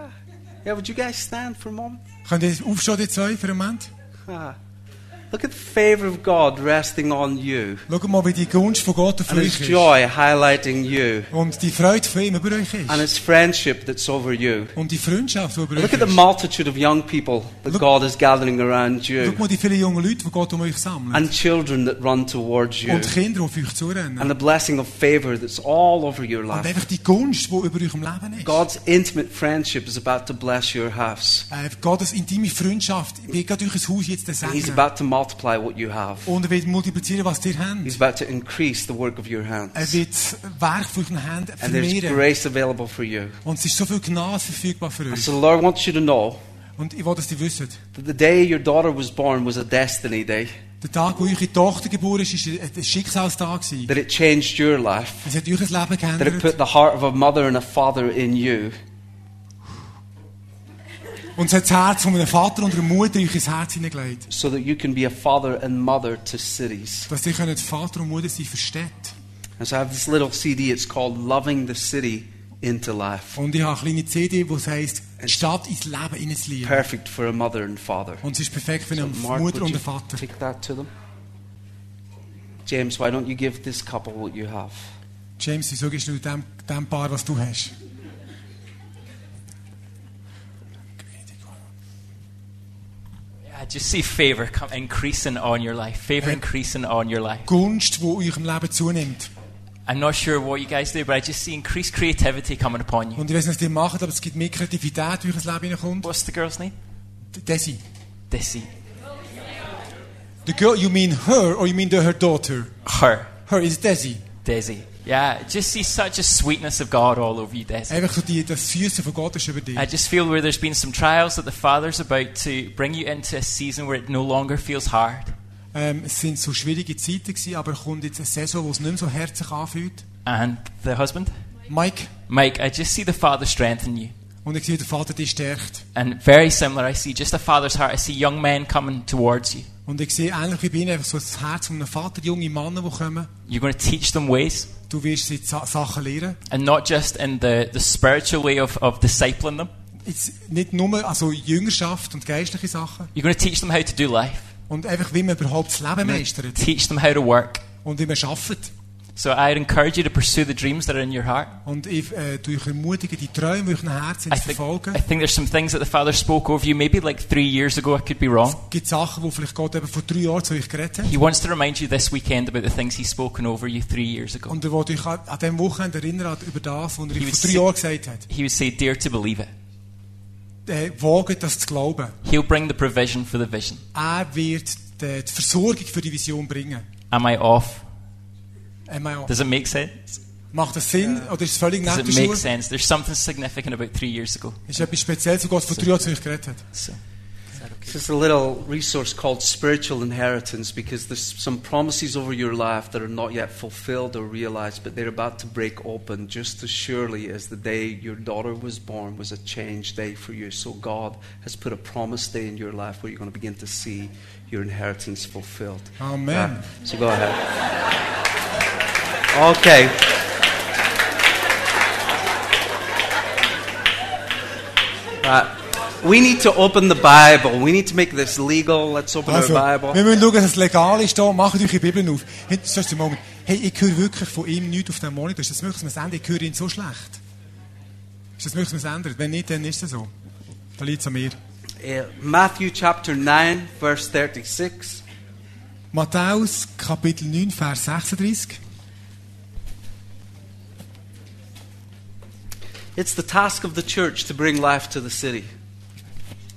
Speaker 1: Yeah, would you guys stand for a moment?
Speaker 2: Könnt ihr aufstehen, die zwei, für einen Moment?
Speaker 1: Ah. Look at the favor of God resting on you.
Speaker 2: Schau mal, wie die Gunst von Gott auf
Speaker 1: And
Speaker 2: euch
Speaker 1: his
Speaker 2: ist.
Speaker 1: joy highlighting you.
Speaker 2: Und die Freude von ihm über euch
Speaker 1: And
Speaker 2: ist.
Speaker 1: his friendship that's over you.
Speaker 2: Und die Freundschaft, die über euch
Speaker 1: Look at the
Speaker 2: ist.
Speaker 1: multitude of young people that
Speaker 2: Look-
Speaker 1: God is gathering around
Speaker 2: Schau
Speaker 1: you.
Speaker 2: mal die vielen jungen Leute, die Gott um euch sammelt.
Speaker 1: And children that run towards you.
Speaker 2: Und die Kinder, die auf euch zurennen.
Speaker 1: And the blessing of favor that's all over your
Speaker 2: Und
Speaker 1: life.
Speaker 2: einfach die Gunst, die über euch im Leben ist.
Speaker 1: God's intimate friendship is about to bless your house.
Speaker 2: Äh, Gottes intime Freundschaft wird gerade euch Haus jetzt
Speaker 1: And he's
Speaker 2: segnen.
Speaker 1: about to multiply what you have.
Speaker 2: Und er wird multiplizieren, was ihr
Speaker 1: He's
Speaker 2: habt.
Speaker 1: about to increase the work of your
Speaker 2: Er
Speaker 1: hands.
Speaker 2: wird das Werk von euren Händen
Speaker 1: And there's
Speaker 2: vermehren.
Speaker 1: grace available for you.
Speaker 2: Und es ist so viel Gnade verfügbar für
Speaker 1: And
Speaker 2: euch.
Speaker 1: so the Lord wants you to know
Speaker 2: Und ich will, dass ihr wisst,
Speaker 1: that the day your daughter was born was a destiny day,
Speaker 2: der Tag, wo eure Tochter geboren ist, war ein ein Schicksalstag. gewesen.
Speaker 1: that it changed your life,
Speaker 2: Es hat euch das Leben
Speaker 1: that it put
Speaker 2: geändert.
Speaker 1: the heart of a mother and a father in you,
Speaker 2: Und es hat das Herz von einem Vater und einer Mutter in euch ins Herz hineingelegt.
Speaker 1: so that you can be a father and mother to cities.
Speaker 2: Dass ihr könnt Vater und Mutter sein versteht.
Speaker 1: And so I have this little CD, it's called Loving the City into Life.
Speaker 2: Und ich habe eine kleine CD, die heisst, die Stadt ins Leben hineinzulieben.
Speaker 1: Perfect for a mother and father.
Speaker 2: Und es ist perfekt für
Speaker 1: So,
Speaker 2: eine
Speaker 1: Mark,
Speaker 2: Mutter
Speaker 1: would
Speaker 2: und
Speaker 1: you
Speaker 2: einen Vater.
Speaker 1: take that to them? James, why don't you give this couple what you have?
Speaker 2: James, wieso gibst du dem, dem Paar, was du hast?
Speaker 5: I just see favor come increasing on your life. Favor increasing on your life.
Speaker 2: Gunst, die euch im Leben zunimmt.
Speaker 5: I'm not sure what you guys do, but I just see increased creativity coming upon you.
Speaker 2: Und ich weiß nicht, was ihr macht, aber es gibt mehr Kreativität, die in euch ins Leben hineinkommt.
Speaker 5: What's the girl's name?
Speaker 2: Desi.
Speaker 5: Dissy.
Speaker 2: The girl, you mean her or you mean the, her daughter?
Speaker 5: Her.
Speaker 2: Her is Desi.
Speaker 5: Desi. Yeah, just see such a sweetness of God all over you, Desi.
Speaker 2: Einfach so die, das Süße von Gott ist über dich.
Speaker 5: I just feel where there's been some trials that the Father's about to bring you into a season where it no longer feels hard.
Speaker 2: Ähm, es sind so schwierige Zeiten gewesen, aber kommt jetzt eine Saison, wo es nicht mehr so herzlich anfühlt.
Speaker 5: And the husband?
Speaker 2: Mike,
Speaker 5: Mike, I just see the Father strengthen you.
Speaker 2: und ich sehe, der Vater dich stärkt.
Speaker 5: And very similar, I see just a father's heart. I see young men coming towards you.
Speaker 2: Und ich sehe ähnlich wie bei ihnen einfach so das Herz von einem Vater, junge Männer, die kommen.
Speaker 5: You're going to teach them ways,
Speaker 2: Du wirst sie Sa- Sachen lernen.
Speaker 5: and not just in the, the spiritual way of, of discipling them.
Speaker 2: Jetzt nicht nur also Jüngerschaft und geistliche Sachen.
Speaker 5: You're going to teach them how to do life,
Speaker 2: Und einfach, wie man überhaupt das Leben meistert.
Speaker 5: teach them how to work.
Speaker 2: Und wie man arbeitet.
Speaker 5: So I'd encourage you to pursue the dreams that are in your heart.
Speaker 2: Und ich äh, tue euch ermutigen, die Träume, die euch im Herzen
Speaker 5: I
Speaker 2: zu
Speaker 5: think,
Speaker 2: verfolgen.
Speaker 5: I think there's some things that the Father spoke over you, maybe like three years ago, I could be wrong.
Speaker 2: Es gibt Sachen, die vielleicht Gott eben vor drei Jahren zu euch geredet hat.
Speaker 5: He wants to remind you this weekend about the things He's spoken over you three years ago.
Speaker 2: Und er will euch an an diesem Wochenende erinnern an- über das, was er euch
Speaker 5: was
Speaker 2: vor drei
Speaker 5: sick.
Speaker 2: Jahren gesagt hat.
Speaker 5: He would say, Dare to believe it.
Speaker 2: Äh, waget das zu glauben.
Speaker 5: He'll bring the provision for the vision.
Speaker 2: Er wird die, die Versorgung für die Vision bringen.
Speaker 5: Am I off?
Speaker 2: Am I on?
Speaker 5: Does it make sense?
Speaker 2: Macht das Sinn oder ist es völlig nach
Speaker 5: Does
Speaker 2: der
Speaker 5: it make
Speaker 2: Schule?
Speaker 5: sense? There's something significant about three years ago.
Speaker 2: Ist etwas Spezielles, was Gott vor drei Jahren zu euch geredet hat.
Speaker 5: So,
Speaker 1: This is a little resource called Spiritual Inheritance because there's some promises over your life that are not yet fulfilled or realized, but they're about to break open just as surely as the day your daughter was born was a change day for you. So God has put a promise day in your life where you're going to begin to see your inheritance fulfilled.
Speaker 2: Amen.
Speaker 1: Yeah. So go ahead. Okay. Right. We need to open the Bible. We need to make this legal. Let's open
Speaker 2: Also,
Speaker 1: our Bible.
Speaker 2: wir müssen schauen, dass es legal ist. Da. Macht eure Bibeln auf. Hey, sonst im Moment. Hey, ich höre wirklich von ihm nichts auf dem Monitor. Ist das möglich, dass man es ändert? Ich höre ihn so schlecht. Ist das möglich, dass man es ändert? Wenn nicht, dann ist es so. Da liegt es an mir.
Speaker 1: Uh, Matthew chapter 9, verse 36.
Speaker 2: Matthäus, Kapitel 9, Vers 36.
Speaker 1: It's the task of the church to bring life to the city.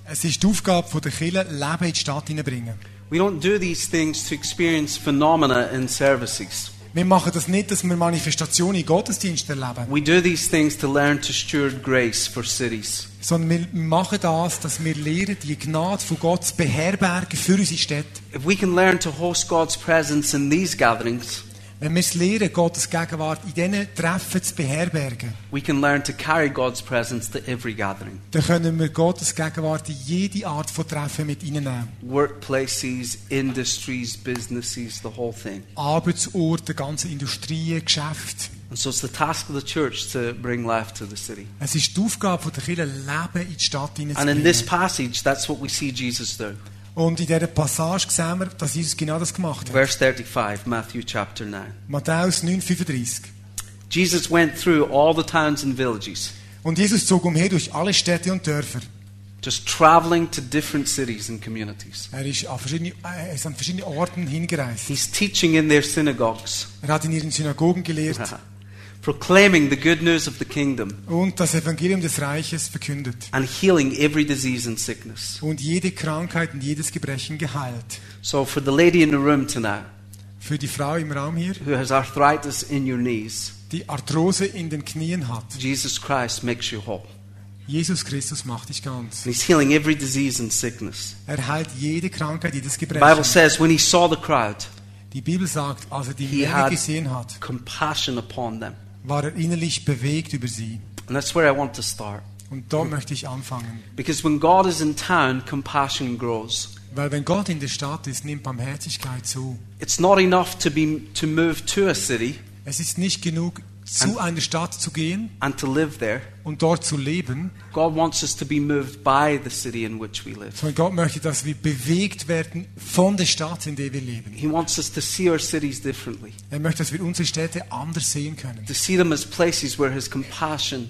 Speaker 2: Es ist die Aufgabe von der Kirche, Leben in die Stadt hineinbringen.
Speaker 1: We don't do these things to experience phenomena in services.
Speaker 2: Wir machen das nicht, dass wir Manifestationen in Gottesdiensten erleben,
Speaker 1: We do these things to learn to steward grace for cities.
Speaker 2: sondern wir machen das, dass wir lernen, die Gnade von Gott zu beherbergen für unsere Städte.
Speaker 1: If we can learn to host God's presence in these gatherings,
Speaker 2: Wenn wir es lernen, Gottes Gegenwart in diesen Treffen zu beherbergen,
Speaker 1: we can learn to carry God's presence to every gathering.
Speaker 2: dann können wir Gottes Gegenwart in jede Art von Treffen mit hineinnehmen.
Speaker 1: Workplaces, industries, businesses, the whole thing.
Speaker 2: Arbeitsorte, ganze Industrien, Geschäfte.
Speaker 1: And so it's the task of the church to bring life to the city.
Speaker 2: Es ist die Aufgabe von der Kirche, Leben in die
Speaker 1: And
Speaker 2: Stadt
Speaker 1: in this
Speaker 2: hineinzubringen.
Speaker 1: passage, that's what we see Jesus do.
Speaker 2: Und in dieser Passage sehen wir, dass Jesus genau das gemacht hat.
Speaker 1: Verse 35, Matthew chapter 9.
Speaker 2: Matthäus 9, 35.
Speaker 1: Jesus went through all the towns and villages,
Speaker 2: Und Jesus zog umher durch alle Städte und Dörfer.
Speaker 1: just traveling to different cities and communities.
Speaker 2: Er ist an verschiedene, äh, er ist an verschiedene Orten hingereist.
Speaker 1: He's teaching in their synagogues, <laughs>
Speaker 2: Er hat in ihren Synagogen gelehrt
Speaker 1: proclaiming the good news of the kingdom
Speaker 2: und das Evangelium des Reiches verkündet.
Speaker 1: and healing every disease and sickness.
Speaker 2: Und jede Krankheit und jedes Gebrechen geheilt.
Speaker 1: So, for the lady in the room tonight
Speaker 2: Für die Frau im Raum hier,
Speaker 1: who has arthritis in your knees,
Speaker 2: die Arthrose in den Knien hat.
Speaker 1: Jesus Christ makes you whole.
Speaker 2: Jesus Christus macht dich ganz.
Speaker 1: And he's healing every disease and sickness.
Speaker 2: Er heilt jede Krankheit, jedes
Speaker 1: The Bible
Speaker 2: Gebrechen.
Speaker 1: says when he saw the crowd,
Speaker 2: Die Bibel sagt, als er die
Speaker 1: he
Speaker 2: Menge
Speaker 1: had
Speaker 2: gesehen hat,
Speaker 1: compassion upon them.
Speaker 2: war er innerlich bewegt über sie.
Speaker 1: And that's where I want to start.
Speaker 2: Und
Speaker 1: Hm.
Speaker 2: dort möchte ich anfangen.
Speaker 1: Because when God is in town, compassion grows.
Speaker 2: Weil wenn Gott in der Stadt ist, nimmt Barmherzigkeit zu.
Speaker 1: It's not enough to, be, to move to a city
Speaker 2: Es ist nicht genug, zu einer Stadt zu gehen
Speaker 1: and to live there.
Speaker 2: und dort zu leben,
Speaker 1: God wants us to be moved by the city in which we live.
Speaker 2: sondern Gott möchte, dass wir bewegt werden von der Stadt, in der wir leben.
Speaker 1: He wants us to see our cities differently,
Speaker 2: Er möchte, dass wir unsere Städte anders sehen können.
Speaker 1: to see them as places where His compassion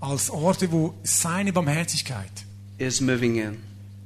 Speaker 2: Als Orte, wo seine Barmherzigkeit
Speaker 1: is moving in.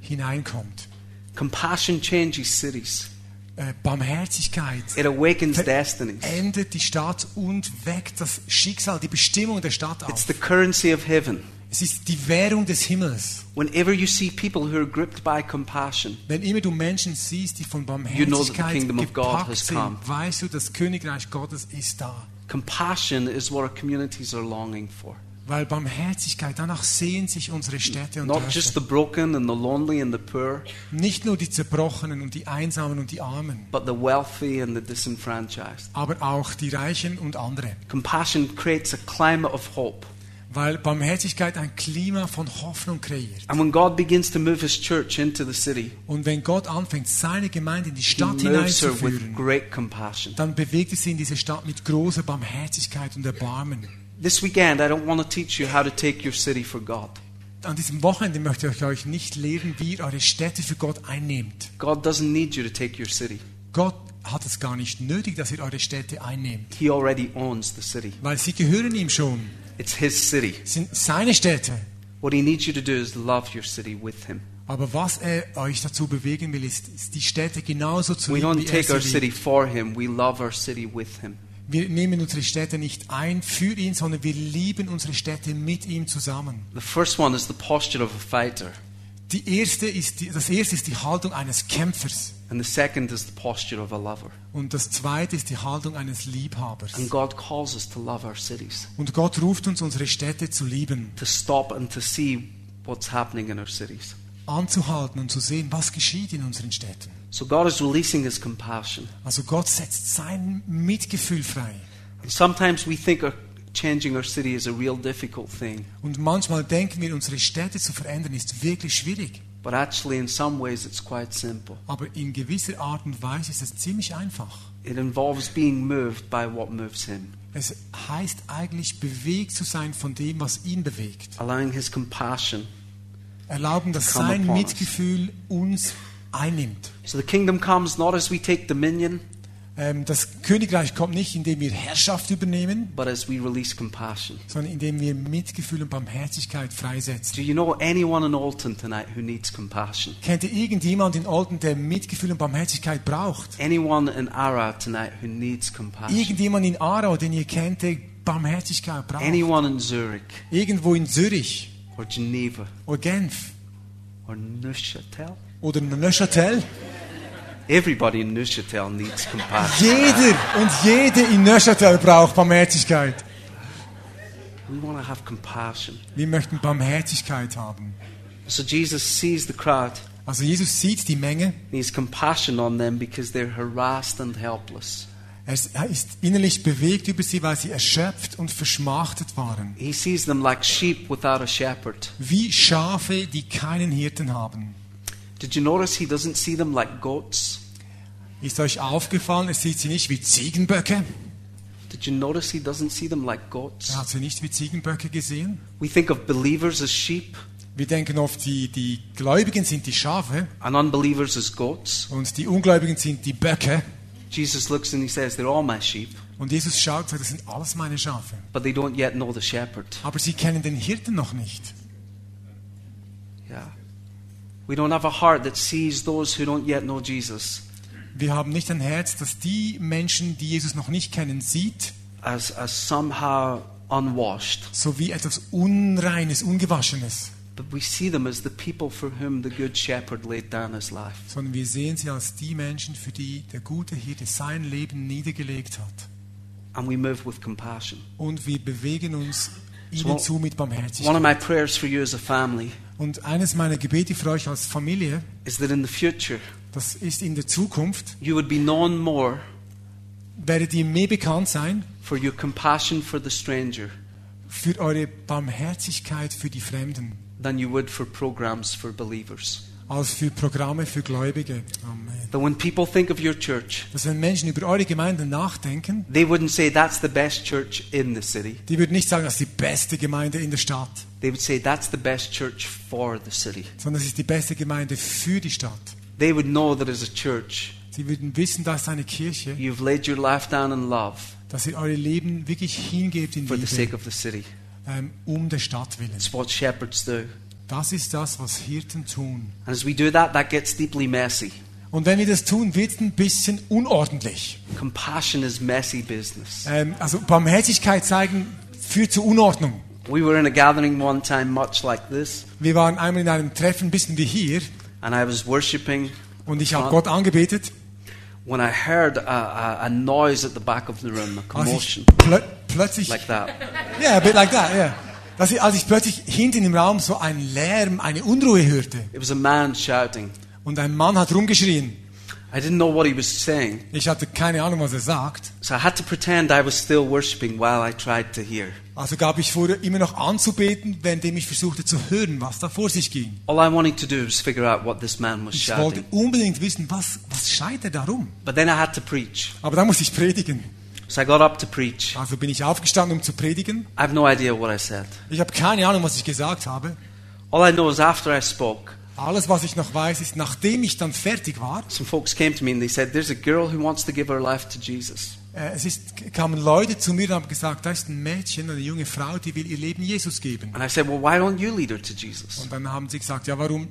Speaker 2: hineinkommt.
Speaker 1: Compassion changes cities,
Speaker 2: Äh, Barmherzigkeit
Speaker 1: it awakens
Speaker 2: Ver-
Speaker 1: destinies.
Speaker 2: ändert die Stadt und weckt das Schicksal, die Bestimmung der Stadt
Speaker 1: It's
Speaker 2: auf.
Speaker 1: the currency of heaven.
Speaker 2: Es ist die Währung des Himmels.
Speaker 1: Whenever you see people who are gripped by compassion,
Speaker 2: Wenn immer du Menschen siehst, die von
Speaker 1: know that the
Speaker 2: Barmherzigkeit
Speaker 1: kingdom of God
Speaker 2: gepackt
Speaker 1: has
Speaker 2: sind,
Speaker 1: come.
Speaker 2: weißt du, das Königreich Gottes ist da.
Speaker 1: compassion is what our communities are longing for.
Speaker 2: Weil Barmherzigkeit, danach sehen sich unsere Städte und
Speaker 1: Not just
Speaker 2: Dörfer.
Speaker 1: the broken and the lonely and the poor,
Speaker 2: Nicht nur die Zerbrochenen und die Einsamen und die Armen,
Speaker 1: but the wealthy and the disenfranchised.
Speaker 2: aber auch die Reichen und andere.
Speaker 1: Compassion creates a climate of hope.
Speaker 2: Weil Barmherzigkeit ein Klima von Hoffnung kreiert.
Speaker 1: And when God begins to move His church into the city,
Speaker 2: Und wenn Gott anfängt, seine Gemeinde in die
Speaker 1: He
Speaker 2: Stadt
Speaker 1: moves her with
Speaker 2: hineinzuführen,
Speaker 1: great compassion.
Speaker 2: dann bewegt es sie in diese Stadt mit großer Barmherzigkeit und Erbarmen.
Speaker 1: This weekend, I don't want to teach you how to take your city for God.
Speaker 2: An diesem Wochenende möchte ich euch nicht lehren, wie ihr eure Städte für Gott einnehmt.
Speaker 1: God doesn't need you to take your city,
Speaker 2: Gott hat es gar nicht nötig, dass ihr eure Städte einnehmt,
Speaker 1: He already owns the city.
Speaker 2: weil sie gehören ihm schon,
Speaker 1: It's His city.
Speaker 2: Es sind seine Städte.
Speaker 1: What He needs you to do is love your city with Him.
Speaker 2: Aber was er euch dazu bewegen will, ist, ist die Städte genauso zu
Speaker 1: We
Speaker 2: lieben,
Speaker 1: don't
Speaker 2: wie er
Speaker 1: take our
Speaker 2: sie
Speaker 1: city
Speaker 2: liebt.
Speaker 1: for Him, we love our city with Him.
Speaker 2: Wir nehmen unsere Städte nicht ein für ihn, sondern wir lieben unsere Städte mit ihm zusammen.
Speaker 1: The first one is the posture of a fighter,
Speaker 2: Die erste ist die, das erste ist die Haltung eines Kämpfers.
Speaker 1: and the second is the posture of a lover.
Speaker 2: Und das zweite ist die Haltung eines Liebhabers.
Speaker 1: And God calls us to love our cities,
Speaker 2: Und Gott ruft uns, unsere Städte zu lieben,
Speaker 1: to stop and to see what's happening in our cities.
Speaker 2: anzuhalten und zu sehen, was geschieht in unseren Städten.
Speaker 1: So God is releasing His compassion.
Speaker 2: Also Gott setzt sein Mitgefühl frei.
Speaker 1: And sometimes we think our, changing our city is a real difficult thing,
Speaker 2: Und manchmal denken wir, unsere Städte zu verändern ist wirklich schwierig.
Speaker 1: but actually, in some ways, it's quite simple.
Speaker 2: Aber in gewisser Art und Weise ist es ziemlich einfach.
Speaker 1: It involves being moved by what moves Him,
Speaker 2: Es heißt eigentlich, bewegt zu sein von dem, was ihn bewegt.
Speaker 1: allowing His compassion.
Speaker 2: Erlauben, dass
Speaker 1: Come
Speaker 2: sein
Speaker 1: upon us.
Speaker 2: Mitgefühl uns einnimmt.
Speaker 1: So the kingdom comes not as we take dominion,
Speaker 2: Ähm, Das Königreich kommt nicht, indem wir Herrschaft übernehmen,
Speaker 1: but as we release compassion.
Speaker 2: sondern indem wir Mitgefühl und Barmherzigkeit freisetzen.
Speaker 1: Do you know anyone in Alton tonight who needs compassion?
Speaker 2: Kennt ihr irgendjemand in Olden, der Mitgefühl und Barmherzigkeit braucht?
Speaker 1: Anyone in Ara tonight who needs compassion?
Speaker 2: Irgendjemand in Aarau, den ihr kennt, der Barmherzigkeit braucht?
Speaker 1: Anyone in Zurich
Speaker 2: Irgendwo in Zürich
Speaker 1: or Geneva
Speaker 2: oder Genf
Speaker 1: or Neuchâtel?
Speaker 2: oder in Neuchâtel?
Speaker 1: Everybody in Neuchâtel needs compassion.
Speaker 2: Jeder und jede in Neuchâtel braucht Barmherzigkeit.
Speaker 1: We want to have compassion.
Speaker 2: Wir möchten Barmherzigkeit haben.
Speaker 1: So Jesus sees the crowd
Speaker 2: Also Jesus sieht die Menge.
Speaker 1: and he has compassion on them because they're harassed and helpless.
Speaker 2: Er ist innerlich bewegt über sie, weil sie erschöpft und verschmachtet waren.
Speaker 1: He sees them like sheep without a shepherd.
Speaker 2: Wie Schafe, die keinen Hirten haben.
Speaker 1: Did you notice he doesn't see them like goats?
Speaker 2: Ist euch aufgefallen, er sieht sie nicht wie Ziegenböcke?
Speaker 1: Did you notice he doesn't see them like goats?
Speaker 2: Er hat sie nicht wie Ziegenböcke gesehen.
Speaker 1: We think of believers as sheep,
Speaker 2: Wir denken oft, die, die Gläubigen sind die Schafe
Speaker 1: and unbelievers as goats.
Speaker 2: und die Ungläubigen sind die Böcke.
Speaker 1: Jesus looks and he says, They're all my sheep,
Speaker 2: Und Jesus schaut und sagt, das sind alles meine Schafe.
Speaker 1: but they don't yet know the shepherd.
Speaker 2: Aber sie kennen den Hirten noch nicht.
Speaker 1: Yeah. We don't have a heart that sees those who don't yet know Jesus
Speaker 2: Wir haben nicht ein Herz, das die Menschen, die Jesus noch nicht kennen, sieht,
Speaker 1: as, as somehow unwashed,
Speaker 2: so wie etwas Unreines, Ungewaschenes,
Speaker 1: but we see them as the people for whom the good shepherd laid down his life.
Speaker 2: sondern wir sehen sie als die Menschen, für die der gute Hirte sein Leben niedergelegt hat.
Speaker 1: And we move with compassion.
Speaker 2: Und wir bewegen uns
Speaker 1: So-
Speaker 2: ihnen zu mit
Speaker 1: One
Speaker 2: Barmherzigkeit.
Speaker 1: of my prayers for you as a family
Speaker 2: Und eines meiner Gebete für euch als Familie,
Speaker 1: is that in the future
Speaker 2: das ist in der Zukunft,
Speaker 1: you would be known more
Speaker 2: werdet ihr mir bekannt sein
Speaker 1: for your compassion for the stranger
Speaker 2: für eure Barmherzigkeit für die Fremden,
Speaker 1: than you would for programs for believers.
Speaker 2: als für Programme für Gläubige. Amen.
Speaker 1: That when people think of your church,
Speaker 2: Dass wenn Menschen über eure Gemeinde nachdenken,
Speaker 1: they wouldn't say that's the best church in the city.
Speaker 2: Die würden nicht sagen, das ist die beste Gemeinde in der Stadt,
Speaker 1: They would say that's the best church for the city.
Speaker 2: sondern es ist die beste Gemeinde für die Stadt.
Speaker 1: They would know that as a church,
Speaker 2: Sie würden wissen, dass eine Kirche,
Speaker 1: you've laid your life down in love
Speaker 2: dass ihr eure Leben wirklich hingebt in
Speaker 1: for the sake
Speaker 2: Liebe,
Speaker 1: of the city.
Speaker 2: ähm, um der Stadt willen.
Speaker 1: It's what shepherds do.
Speaker 2: Das ist das, was Hirten tun.
Speaker 1: And as we do that, that gets deeply messy.
Speaker 2: Und wenn wir das tun, wird es ein bisschen unordentlich.
Speaker 1: Compassion is messy business.
Speaker 2: Ähm, also Barmherzigkeit zeigen führt zu Unordnung.
Speaker 1: We were in a gathering one time, much like this,
Speaker 2: Wir waren einmal in einem Treffen, ein bisschen wie hier,
Speaker 1: and I was worshiping.
Speaker 2: und ich habe Gott angebetet,
Speaker 1: When I heard a, a, a noise at the back of the room, a
Speaker 2: als ich
Speaker 1: commotion
Speaker 2: plö plötzlich
Speaker 1: like that,
Speaker 2: Ja, a bit like that, yeah. Dass ich, als ich plötzlich hinten im Raum so einen Lärm, eine Unruhe hörte
Speaker 1: it was a man shouting.
Speaker 2: und ein Mann hat rumgeschrien.
Speaker 1: I didn't know what he was saying,
Speaker 2: Ich hatte keine Ahnung, was er sagt.
Speaker 1: so I had to pretend I was still worshiping while I tried to hear.
Speaker 2: Also gab ich vor, immer noch anzubeten, währenddem ich versuchte zu hören, was da vor sich ging.
Speaker 1: All I wanted to do was figure out what this man was
Speaker 2: Ich wollte
Speaker 1: shouting.
Speaker 2: unbedingt wissen, was, was schreit er darum?
Speaker 1: But then I had to preach.
Speaker 2: Aber da muss ich predigen.
Speaker 1: So I got up to preach.
Speaker 2: Also bin ich aufgestanden, um zu predigen.
Speaker 1: I have no idea what I said.
Speaker 2: Ich habe keine Ahnung, was ich gesagt habe.
Speaker 1: All I know is after I spoke,
Speaker 2: Alles, was ich noch weiß, ist, nachdem ich dann fertig war,
Speaker 1: some folks came to me and they said, There's a girl who wants to give her life to Jesus.
Speaker 2: äh, es ist, kamen Leute zu mir und haben gesagt, da ist ein Mädchen, eine junge Frau, die will ihr Leben Jesus geben.
Speaker 1: And I said, Well, why don't you lead her to Jesus?
Speaker 2: Und dann haben sie gesagt, ja, warum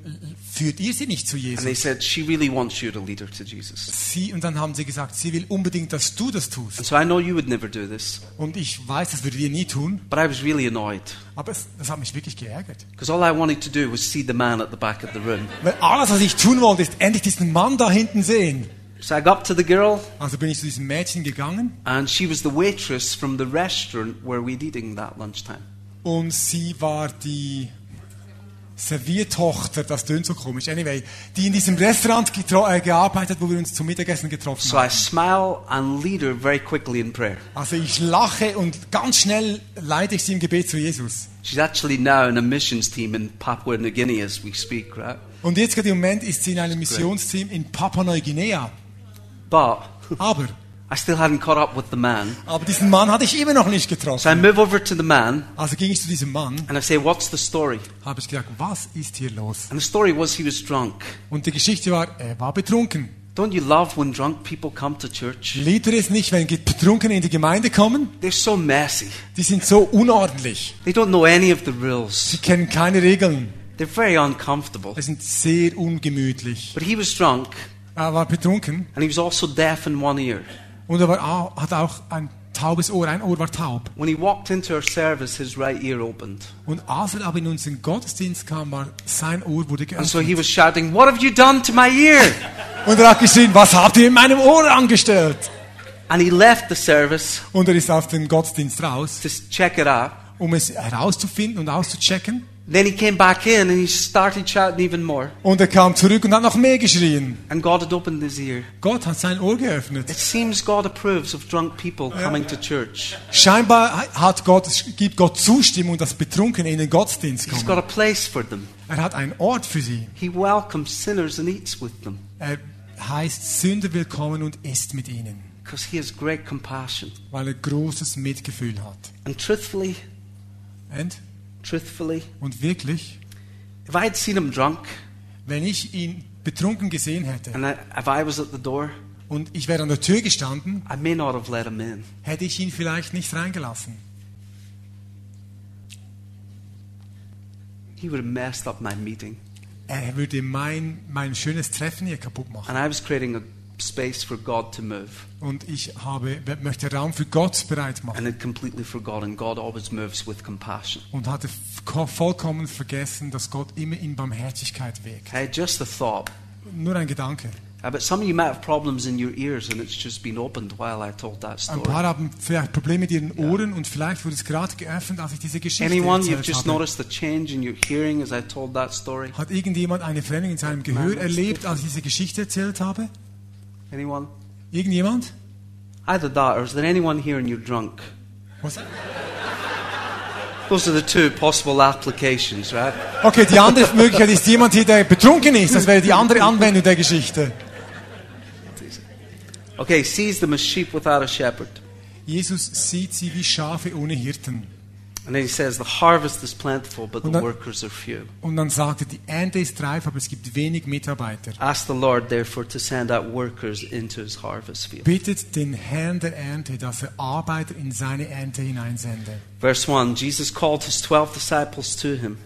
Speaker 2: führt ihr sie nicht zu
Speaker 1: And they
Speaker 2: Jesus?
Speaker 1: said, She really wants you to lead her to Jesus.
Speaker 2: Sie, und dann haben sie gesagt, sie will unbedingt, dass du das
Speaker 1: And
Speaker 2: tust.
Speaker 1: so I know you would never do this,
Speaker 2: Und ich weiß, das würdet ihr nie tun,
Speaker 1: but I was really annoyed
Speaker 2: aber es, das hat mich wirklich geärgert.
Speaker 1: because all I wanted to do was see the man at the back of the room.
Speaker 2: Weil alles, was ich tun wollte, ist endlich diesen Mann da hinten sehen.
Speaker 1: So I got up to the girl,
Speaker 2: Also bin ich zu diesem Mädchen gegangen
Speaker 1: and she was the waitress from the restaurant where we'd eating that lunchtime.
Speaker 2: und sie war die Serviertochter, das tönt so komisch, anyway, die in diesem Restaurant getro- äh, gearbeitet hat, wo wir uns zum Mittagessen getroffen
Speaker 1: So I
Speaker 2: haben.
Speaker 1: smile and lead her very quickly in prayer.
Speaker 2: Also ich lache und ganz schnell leite ich sie im Gebet zu Jesus.
Speaker 1: She's actually now in a missions team in Papua New Guinea as we speak, right?
Speaker 2: Und jetzt gerade im Moment ist sie in einem Missionsteam in Papua-Neuguinea.
Speaker 1: But
Speaker 2: Aber,
Speaker 1: I still hadn't caught up with the man.
Speaker 2: aber diesen Mann hatte ich immer noch nicht
Speaker 1: So I
Speaker 2: getroffen.
Speaker 1: move over to the man
Speaker 2: Also ging ich zu diesem Mann,
Speaker 1: and I say, What's the story?
Speaker 2: habe ich gesagt, was ist hier los?
Speaker 1: And the story was he was drunk.
Speaker 2: Und die Geschichte war, er war betrunken.
Speaker 1: Don't you love when drunk people come to church?
Speaker 2: Liebt er es nicht, wenn Betrunkene in die Gemeinde kommen?
Speaker 1: They're so messy.
Speaker 2: Die sind so unordentlich.
Speaker 1: They don't know any of the rules.
Speaker 2: Sie kennen keine Regeln.
Speaker 1: They're very uncomfortable.
Speaker 2: Sie sind sehr ungemütlich.
Speaker 1: But he was drunk
Speaker 2: Er war betrunken
Speaker 1: and he was also deaf in one ear.
Speaker 2: und er war, au- hat auch ein taubes Ohr. Ein Ohr war taub.
Speaker 1: When he walked into our service, his right ear opened.
Speaker 2: Und als er aber in unseren Gottesdienst kam, war sein Ohr wurde
Speaker 1: And
Speaker 2: geöffnet.
Speaker 1: so he was shouting, What have you done to my ear?
Speaker 2: Und er hat geschrien, was habt ihr in meinem Ohr angestellt?
Speaker 1: And he left the service
Speaker 2: Und er ist aus dem Gottesdienst raus,
Speaker 1: to check it out.
Speaker 2: um es herauszufinden und auszuchecken.
Speaker 1: Then he came back in and he started shouting even more.
Speaker 2: Und er kam zurück und hat noch mehr geschrien.
Speaker 1: And God had opened his ear.
Speaker 2: Gott hat sein Ohr
Speaker 1: It
Speaker 2: geöffnet.
Speaker 1: seems God approves of drunk people coming to church.
Speaker 2: Scheinbar hat Gott, gibt Gott Zustimmung, dass Betrunkene in den Gottesdienst
Speaker 1: He's got
Speaker 2: kommen.
Speaker 1: a place for them.
Speaker 2: Er hat einen Ort für sie.
Speaker 1: He welcomes sinners and eats with them
Speaker 2: Er heißt Sünder willkommen und isst mit ihnen,
Speaker 1: because he has great compassion.
Speaker 2: weil er großes Mitgefühl hat.
Speaker 1: And truthfully,
Speaker 2: Und,
Speaker 1: truthfully,
Speaker 2: und wirklich,
Speaker 1: If I had seen him drunk
Speaker 2: Wenn ich ihn betrunken gesehen hätte
Speaker 1: and I, if I was at the door,
Speaker 2: und ich wäre an der Tür gestanden,
Speaker 1: I may not have let him in.
Speaker 2: hätte ich ihn vielleicht nicht reingelassen.
Speaker 1: He would have messed up my meeting.
Speaker 2: Er würde mein, mein schönes Treffen hier kaputt machen.
Speaker 1: And I was creating a space for God to move.
Speaker 2: Und ich habe, möchte Raum für Gott bereit machen
Speaker 1: And had completely forgotten God always moves with compassion.
Speaker 2: und hatte f- ko- vollkommen vergessen, dass Gott immer in Barmherzigkeit wirkt.
Speaker 1: Okay, just a thought.
Speaker 2: Nur ein Gedanke.
Speaker 1: Uh, but some of you might have problems in your ears, and it's just been opened while I told that
Speaker 2: Ein
Speaker 1: story.
Speaker 2: paar haben vielleicht Probleme mit ihren Ohren und vielleicht wurde es gerade geöffnet, als ich diese Geschichte
Speaker 1: Anyone, you've
Speaker 2: erzählt
Speaker 1: just
Speaker 2: habe.
Speaker 1: noticed a change in your hearing as I told that story?
Speaker 2: Hat irgendjemand eine Veränderung in seinem
Speaker 1: Nein,
Speaker 2: Gehör
Speaker 1: das
Speaker 2: erlebt,
Speaker 1: ist-
Speaker 2: als ich diese Geschichte erzählt habe?
Speaker 1: Anyone?
Speaker 2: Irgendjemand?
Speaker 1: Either that, or is there anyone here and you're drunk?
Speaker 2: Was?
Speaker 1: Those are the two possible applications, right?
Speaker 2: Okay,
Speaker 1: <laughs>
Speaker 2: die andere Möglichkeit ist jemand hier, der betrunken ist. Das wäre die andere Anwendung der Geschichte.
Speaker 1: Okay, sees them as sheep without a shepherd.
Speaker 2: Jesus sieht sie wie Schafe ohne Hirten.
Speaker 1: And then he says, The harvest is plentiful, but the
Speaker 2: Und dann-
Speaker 1: workers are few.
Speaker 2: Und dann sagte, die Ernte ist reif, aber es gibt wenig Mitarbeiter.
Speaker 1: Ask the Lord, therefore, to send out workers into his harvest field.
Speaker 2: Bittet den Herrn der Ernte, dass er Arbeiter in seine Ernte hineinsende.
Speaker 1: Verse 1 Jesus called his 12 disciples to him.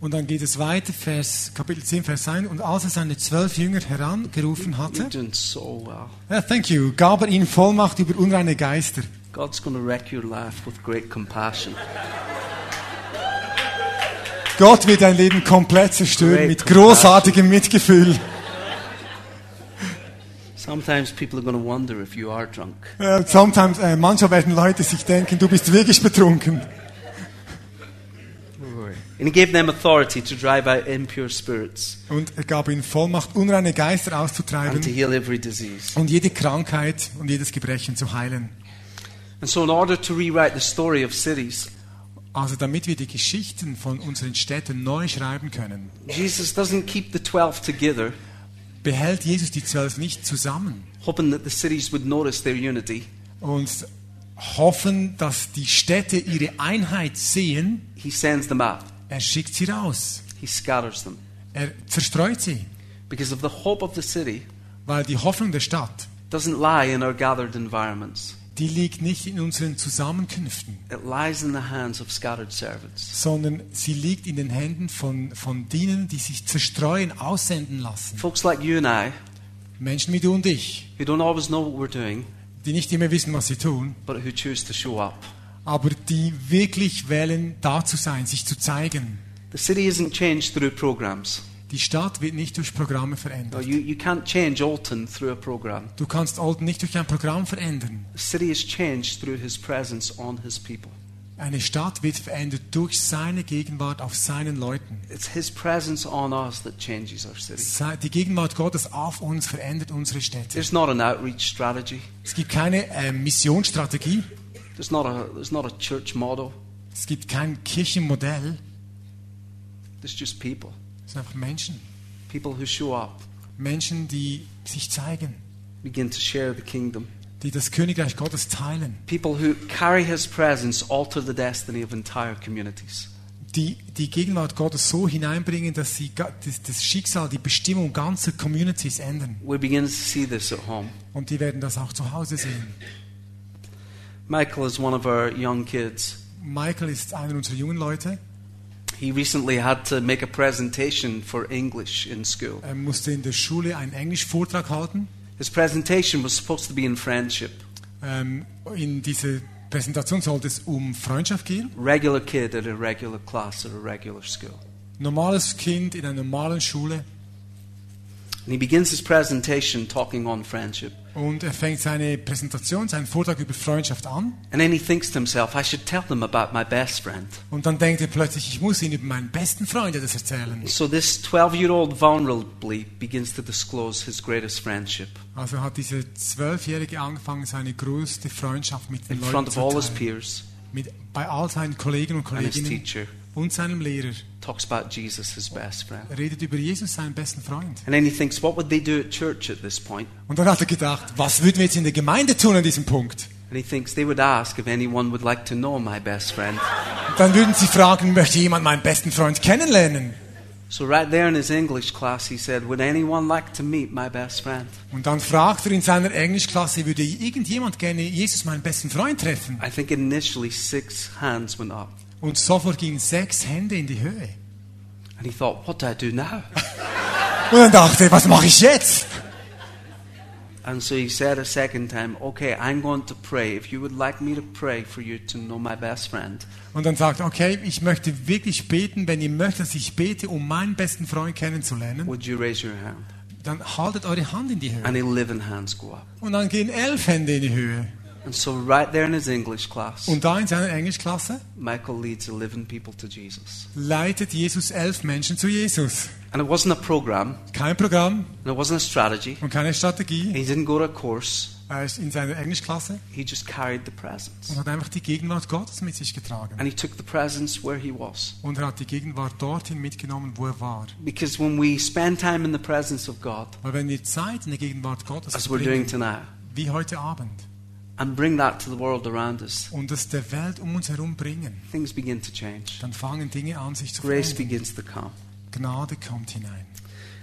Speaker 2: Und dann geht es weiter, Vers, Kapitel 10, Vers 1. Und als er seine zwölf Jünger herangerufen
Speaker 1: You're
Speaker 2: hatte,
Speaker 1: doing so well.
Speaker 2: ja, thank you, gab er ihnen Vollmacht über unreine Geister.
Speaker 1: God's going to wreck your life with great compassion.
Speaker 2: Gott wird dein Leben komplett zerstören
Speaker 1: Great
Speaker 2: mit
Speaker 1: compassion.
Speaker 2: großartigem Mitgefühl.
Speaker 1: Sometimes people are going to wonder if you are drunk.
Speaker 2: Äh, sometimes, äh, manchmal werden Leute sich denken, du bist wirklich betrunken.
Speaker 1: And he gave them authority to drive out impure spirits
Speaker 2: Und er gab ihnen Vollmacht, unreine Geister
Speaker 1: and to
Speaker 2: auszutreiben
Speaker 1: heal every disease.
Speaker 2: und jede Krankheit und jedes Gebrechen zu heilen.
Speaker 1: And so, in order to rewrite the story of cities,
Speaker 2: Also damit wir die Geschichten von unseren Städten neu schreiben können,
Speaker 1: Jesus doesn't keep the 12 together,
Speaker 2: behält Jesus die Zwölf nicht zusammen
Speaker 1: hoping that the cities would notice their unity.
Speaker 2: und hoffen, dass die Städte ihre Einheit sehen.
Speaker 1: He sends them out,
Speaker 2: Er schickt sie raus.
Speaker 1: he scatters them.
Speaker 2: Er zerstreut sie,
Speaker 1: Because of the hope of the city
Speaker 2: weil die Hoffnung der Stadt,
Speaker 1: doesn't lie in our gathered environments,
Speaker 2: die liegt nicht in unseren Zusammenkünften,
Speaker 1: it lies in the hands of scattered servants.
Speaker 2: sondern sie liegt in den Händen von, von denen, die sich zerstreuen, aussenden lassen.
Speaker 1: Folks like you and I,
Speaker 2: Menschen wie du und ich,
Speaker 1: who don't always know what we're doing,
Speaker 2: die nicht immer wissen, was sie tun,
Speaker 1: but who choose to show up.
Speaker 2: aber die wirklich wählen, da zu sein, sich zu zeigen.
Speaker 1: The city isn't changed through programs.
Speaker 2: Die Stadt wird nicht durch Programme
Speaker 1: No,
Speaker 2: verändert.
Speaker 1: you, you can't change Alton through a program.
Speaker 2: Du kannst Olden nicht durch ein Programm verändern.
Speaker 1: The city is changed through his presence on his people.
Speaker 2: Eine Stadt wird verändert durch seine Gegenwart auf seinen Leuten.
Speaker 1: It's his presence on us that changes our city.
Speaker 2: Se- Die Gegenwart Gottes auf uns verändert unsere Städte.
Speaker 1: There's not an outreach strategy.
Speaker 2: Es gibt keine äh, Missionsstrategie,
Speaker 1: There's not a, there's not a church model.
Speaker 2: es gibt kein Kirchenmodell,
Speaker 1: There's just people.
Speaker 2: es sind einfach Menschen.
Speaker 1: People who show up,
Speaker 2: Menschen, die sich zeigen,
Speaker 1: begin to share the kingdom.
Speaker 2: die das Königreich Gottes teilen,
Speaker 1: People who carry his presence alter the destiny of entire communities.
Speaker 2: die die Gegenwart Gottes so hineinbringen, dass sie ga- das, das Schicksal, die Bestimmung ganzer Communities ändern.
Speaker 1: We begin to see this at home.
Speaker 2: Und die werden das auch zu Hause sehen.
Speaker 1: Michael is one of our young kids.
Speaker 2: Michael ist einer unserer jungen Leute.
Speaker 1: He recently had to make a presentation for English in school.
Speaker 2: Er musste in der Schule einen Englischvortrag halten.
Speaker 1: His presentation was supposed to be in friendship.
Speaker 2: Ähm, in dieser Präsentation sollte es um Freundschaft gehen.
Speaker 1: Regular kid at a regular class at a regular school.
Speaker 2: Normales Kind in einer normalen Schule.
Speaker 1: And he begins his presentation talking on friendship.
Speaker 2: Und er fängt seine Präsentation, seinen Vortrag über Freundschaft an.
Speaker 1: And then he thinks to himself, I should tell them about my best friend.
Speaker 2: Und dann denkt er plötzlich, ich muss Ihnen über meinen besten Freund das erzählen.
Speaker 1: So this 12 year old vulnerably begins to disclose his greatest friendship
Speaker 2: Also hat dieser Zwölfjährige angefangen, seine größte Freundschaft mit den
Speaker 1: in front
Speaker 2: Leuten
Speaker 1: of all his
Speaker 2: zu teilen.
Speaker 1: peers
Speaker 2: Mit, bei all seinen Kollegen und
Speaker 1: and his
Speaker 2: Kolleginnen
Speaker 1: teacher.
Speaker 2: und seinem Lehrer.
Speaker 1: Talks about Jesus, his best friend.
Speaker 2: Er redet über Jesus, seinen besten Freund.
Speaker 1: And then he thinks, what would they do at church at this point?
Speaker 2: Und dann hat er gedacht, was würden wir jetzt in der Gemeinde tun an diesem Punkt?
Speaker 1: And he thinks they would ask if anyone would like to know my best friend.
Speaker 2: Dann würden sie fragen, möchte jemand meinen besten Freund kennenlernen?
Speaker 1: So, right there in his English class, he said, Would anyone like to meet my best friend?
Speaker 2: Und dann fragt er in seiner Englischklasse, würde irgendjemand gerne Jesus, meinen besten Freund, treffen?
Speaker 1: I think initially six hands went up.
Speaker 2: Und sofort gingen sechs Hände in die Höhe.
Speaker 1: And he thought, What do I do now? <laughs>
Speaker 2: Und dann dachte er, was mache ich jetzt?
Speaker 1: And so he said a second time, Okay, I'm going to pray. If you would like me to pray for you to know my best friend,
Speaker 2: Und dann sagt er, okay, ich möchte wirklich beten, wenn ihr möchtet, dass ich bete, um meinen besten Freund kennenzulernen,
Speaker 1: would you raise your hand?
Speaker 2: dann haltet eure Hand in die Höhe.
Speaker 1: And 11 hands go up.
Speaker 2: Und dann gehen elf Hände in die Höhe.
Speaker 1: And so, right there in his English class,
Speaker 2: Und da in seiner Englischklasse
Speaker 1: Michael leads 11 people to Jesus.
Speaker 2: leitet Jesus elf Menschen zu Jesus.
Speaker 1: And it wasn't a program,
Speaker 2: Kein Programm
Speaker 1: and it wasn't a strategy.
Speaker 2: und keine Strategie.
Speaker 1: He didn't go to a course,
Speaker 2: Er ist in seiner Englischklasse
Speaker 1: he just carried the presence.
Speaker 2: und hat einfach die Gegenwart Gottes mit sich getragen.
Speaker 1: And he took the presence where he was.
Speaker 2: Und er hat die Gegenwart dorthin mitgenommen, wo er war.
Speaker 1: Because when we spend time in the presence of God,
Speaker 2: Weil wenn wir Zeit in der Gegenwart Gottes
Speaker 1: as we're doing
Speaker 2: verbringen,
Speaker 1: tonight,
Speaker 2: wie heute Abend,
Speaker 1: and bring that to the world around us,
Speaker 2: und es der Welt um uns herum bringen,
Speaker 1: things begin to change.
Speaker 2: dann fangen Dinge an, sich zu
Speaker 1: Grace
Speaker 2: verändern.
Speaker 1: begins to come.
Speaker 2: Gnade kommt hinein.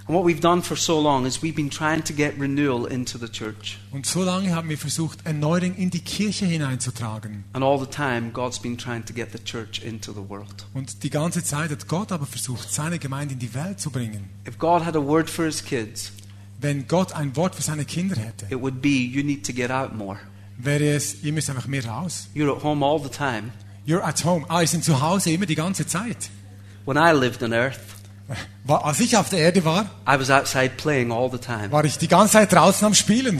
Speaker 1: And what we've done for so long is we've been trying to get renewal into the church.
Speaker 2: Und so lange haben wir versucht, Erneuerung in die Kirche hineinzutragen.
Speaker 1: And all the time, God's been trying to get the church into the world.
Speaker 2: Und die ganze Zeit hat Gott aber versucht, seine Gemeinde in die Welt zu bringen.
Speaker 1: If God had a word for his kids,
Speaker 2: Wenn Gott ein Wort für seine Kinder hätte,
Speaker 1: it would be you need to get out more.
Speaker 2: wäre es, ihr müsst einfach mehr raus.
Speaker 1: You're at home all the time.
Speaker 2: You're at home. Ah, ihr seid zu Hause immer die ganze Zeit.
Speaker 1: When I lived on earth,
Speaker 2: Wa- Als ich auf der Erde war,
Speaker 1: I was outside playing all the time.
Speaker 2: war ich die ganze Zeit draußen am Spielen.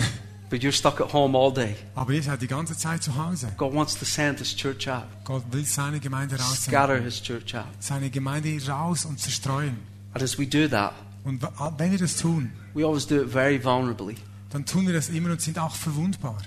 Speaker 1: But you're stuck at home all day.
Speaker 2: Aber ihr seid die ganze Zeit zu Hause.
Speaker 1: God wants to send his church out,
Speaker 2: Gott will seine Gemeinde raus,
Speaker 1: scatter his church out.
Speaker 2: seine Gemeinde raus und zerstreuen.
Speaker 1: And as we do that,
Speaker 2: Und wa- wenn wir das tun,
Speaker 1: we always do it very vulnerably.
Speaker 2: dann tun wir das immer und sind auch verwundbar.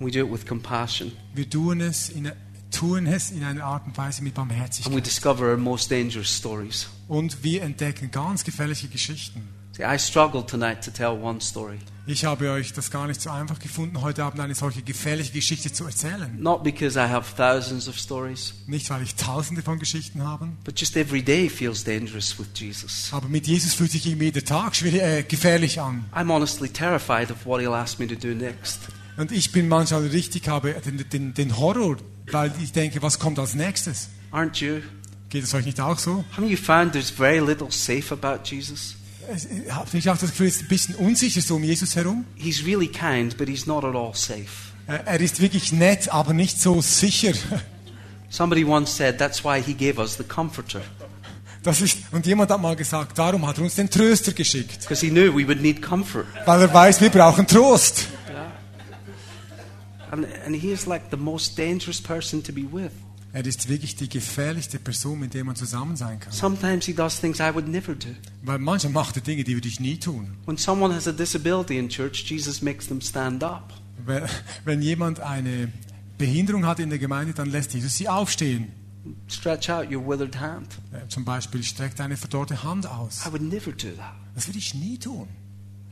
Speaker 1: We do it with compassion.
Speaker 2: Wir tun es in, tun es in einer Art und Weise mit
Speaker 1: And we
Speaker 2: Barmherzigkeit.
Speaker 1: discover our most dangerous stories.
Speaker 2: Und wir entdecken ganz gefährliche Geschichten.
Speaker 1: See, I struggled tonight to tell one story.
Speaker 2: Ich habe euch das gar nicht so einfach gefunden, heute Abend eine solche gefährliche Geschichte zu erzählen.
Speaker 1: Not because I have thousands of stories,
Speaker 2: Nicht, weil ich tausende von Geschichten habe,
Speaker 1: but just every day feels dangerous with Jesus.
Speaker 2: aber mit Jesus fühlt sich irgendwie jeder Tag schwierig, äh, gefährlich an.
Speaker 1: I'm honestly terrified of what he'll ask me to do next.
Speaker 2: Und ich bin manchmal richtig, habe den, den, den Horror, weil ich denke, was kommt als nächstes?
Speaker 1: Aren't you?
Speaker 2: Geht es euch nicht auch so?
Speaker 1: Haven't you found there's very little safe about Jesus?
Speaker 2: Es- äh, Habt ihr nicht auch das Gefühl, es ist ein bisschen unsicher so um Jesus herum?
Speaker 1: He's really kind, but he's not at all safe.
Speaker 2: Äh, Er ist wirklich nett, aber nicht so sicher. <laughs>
Speaker 1: Somebody once said that's why he gave us the comforter,
Speaker 2: Das ist, und jemand hat mal gesagt, darum hat er uns den Tröster geschickt,
Speaker 1: because he knew we would need comfort.
Speaker 2: weil er weiß, wir brauchen Trost.
Speaker 1: And, and he is like the most dangerous person to be with.
Speaker 2: Er ist wirklich die gefährlichste Person, mit der man zusammen sein kann.
Speaker 1: Sometimes he does things I would never do.
Speaker 2: Weil manchmal macht er Dinge, die würde ich nie tun.
Speaker 1: When someone has a disability in church, Jesus makes them stand up.
Speaker 2: Wenn- Wenn jemand eine Behinderung hat in der Gemeinde, dann lässt Jesus sie aufstehen.
Speaker 1: Stretch out your withered hand.
Speaker 2: Äh, Zum Beispiel streckt eine verdorrte Hand
Speaker 1: I
Speaker 2: aus.
Speaker 1: would never do that.
Speaker 2: Das würde ich nie tun.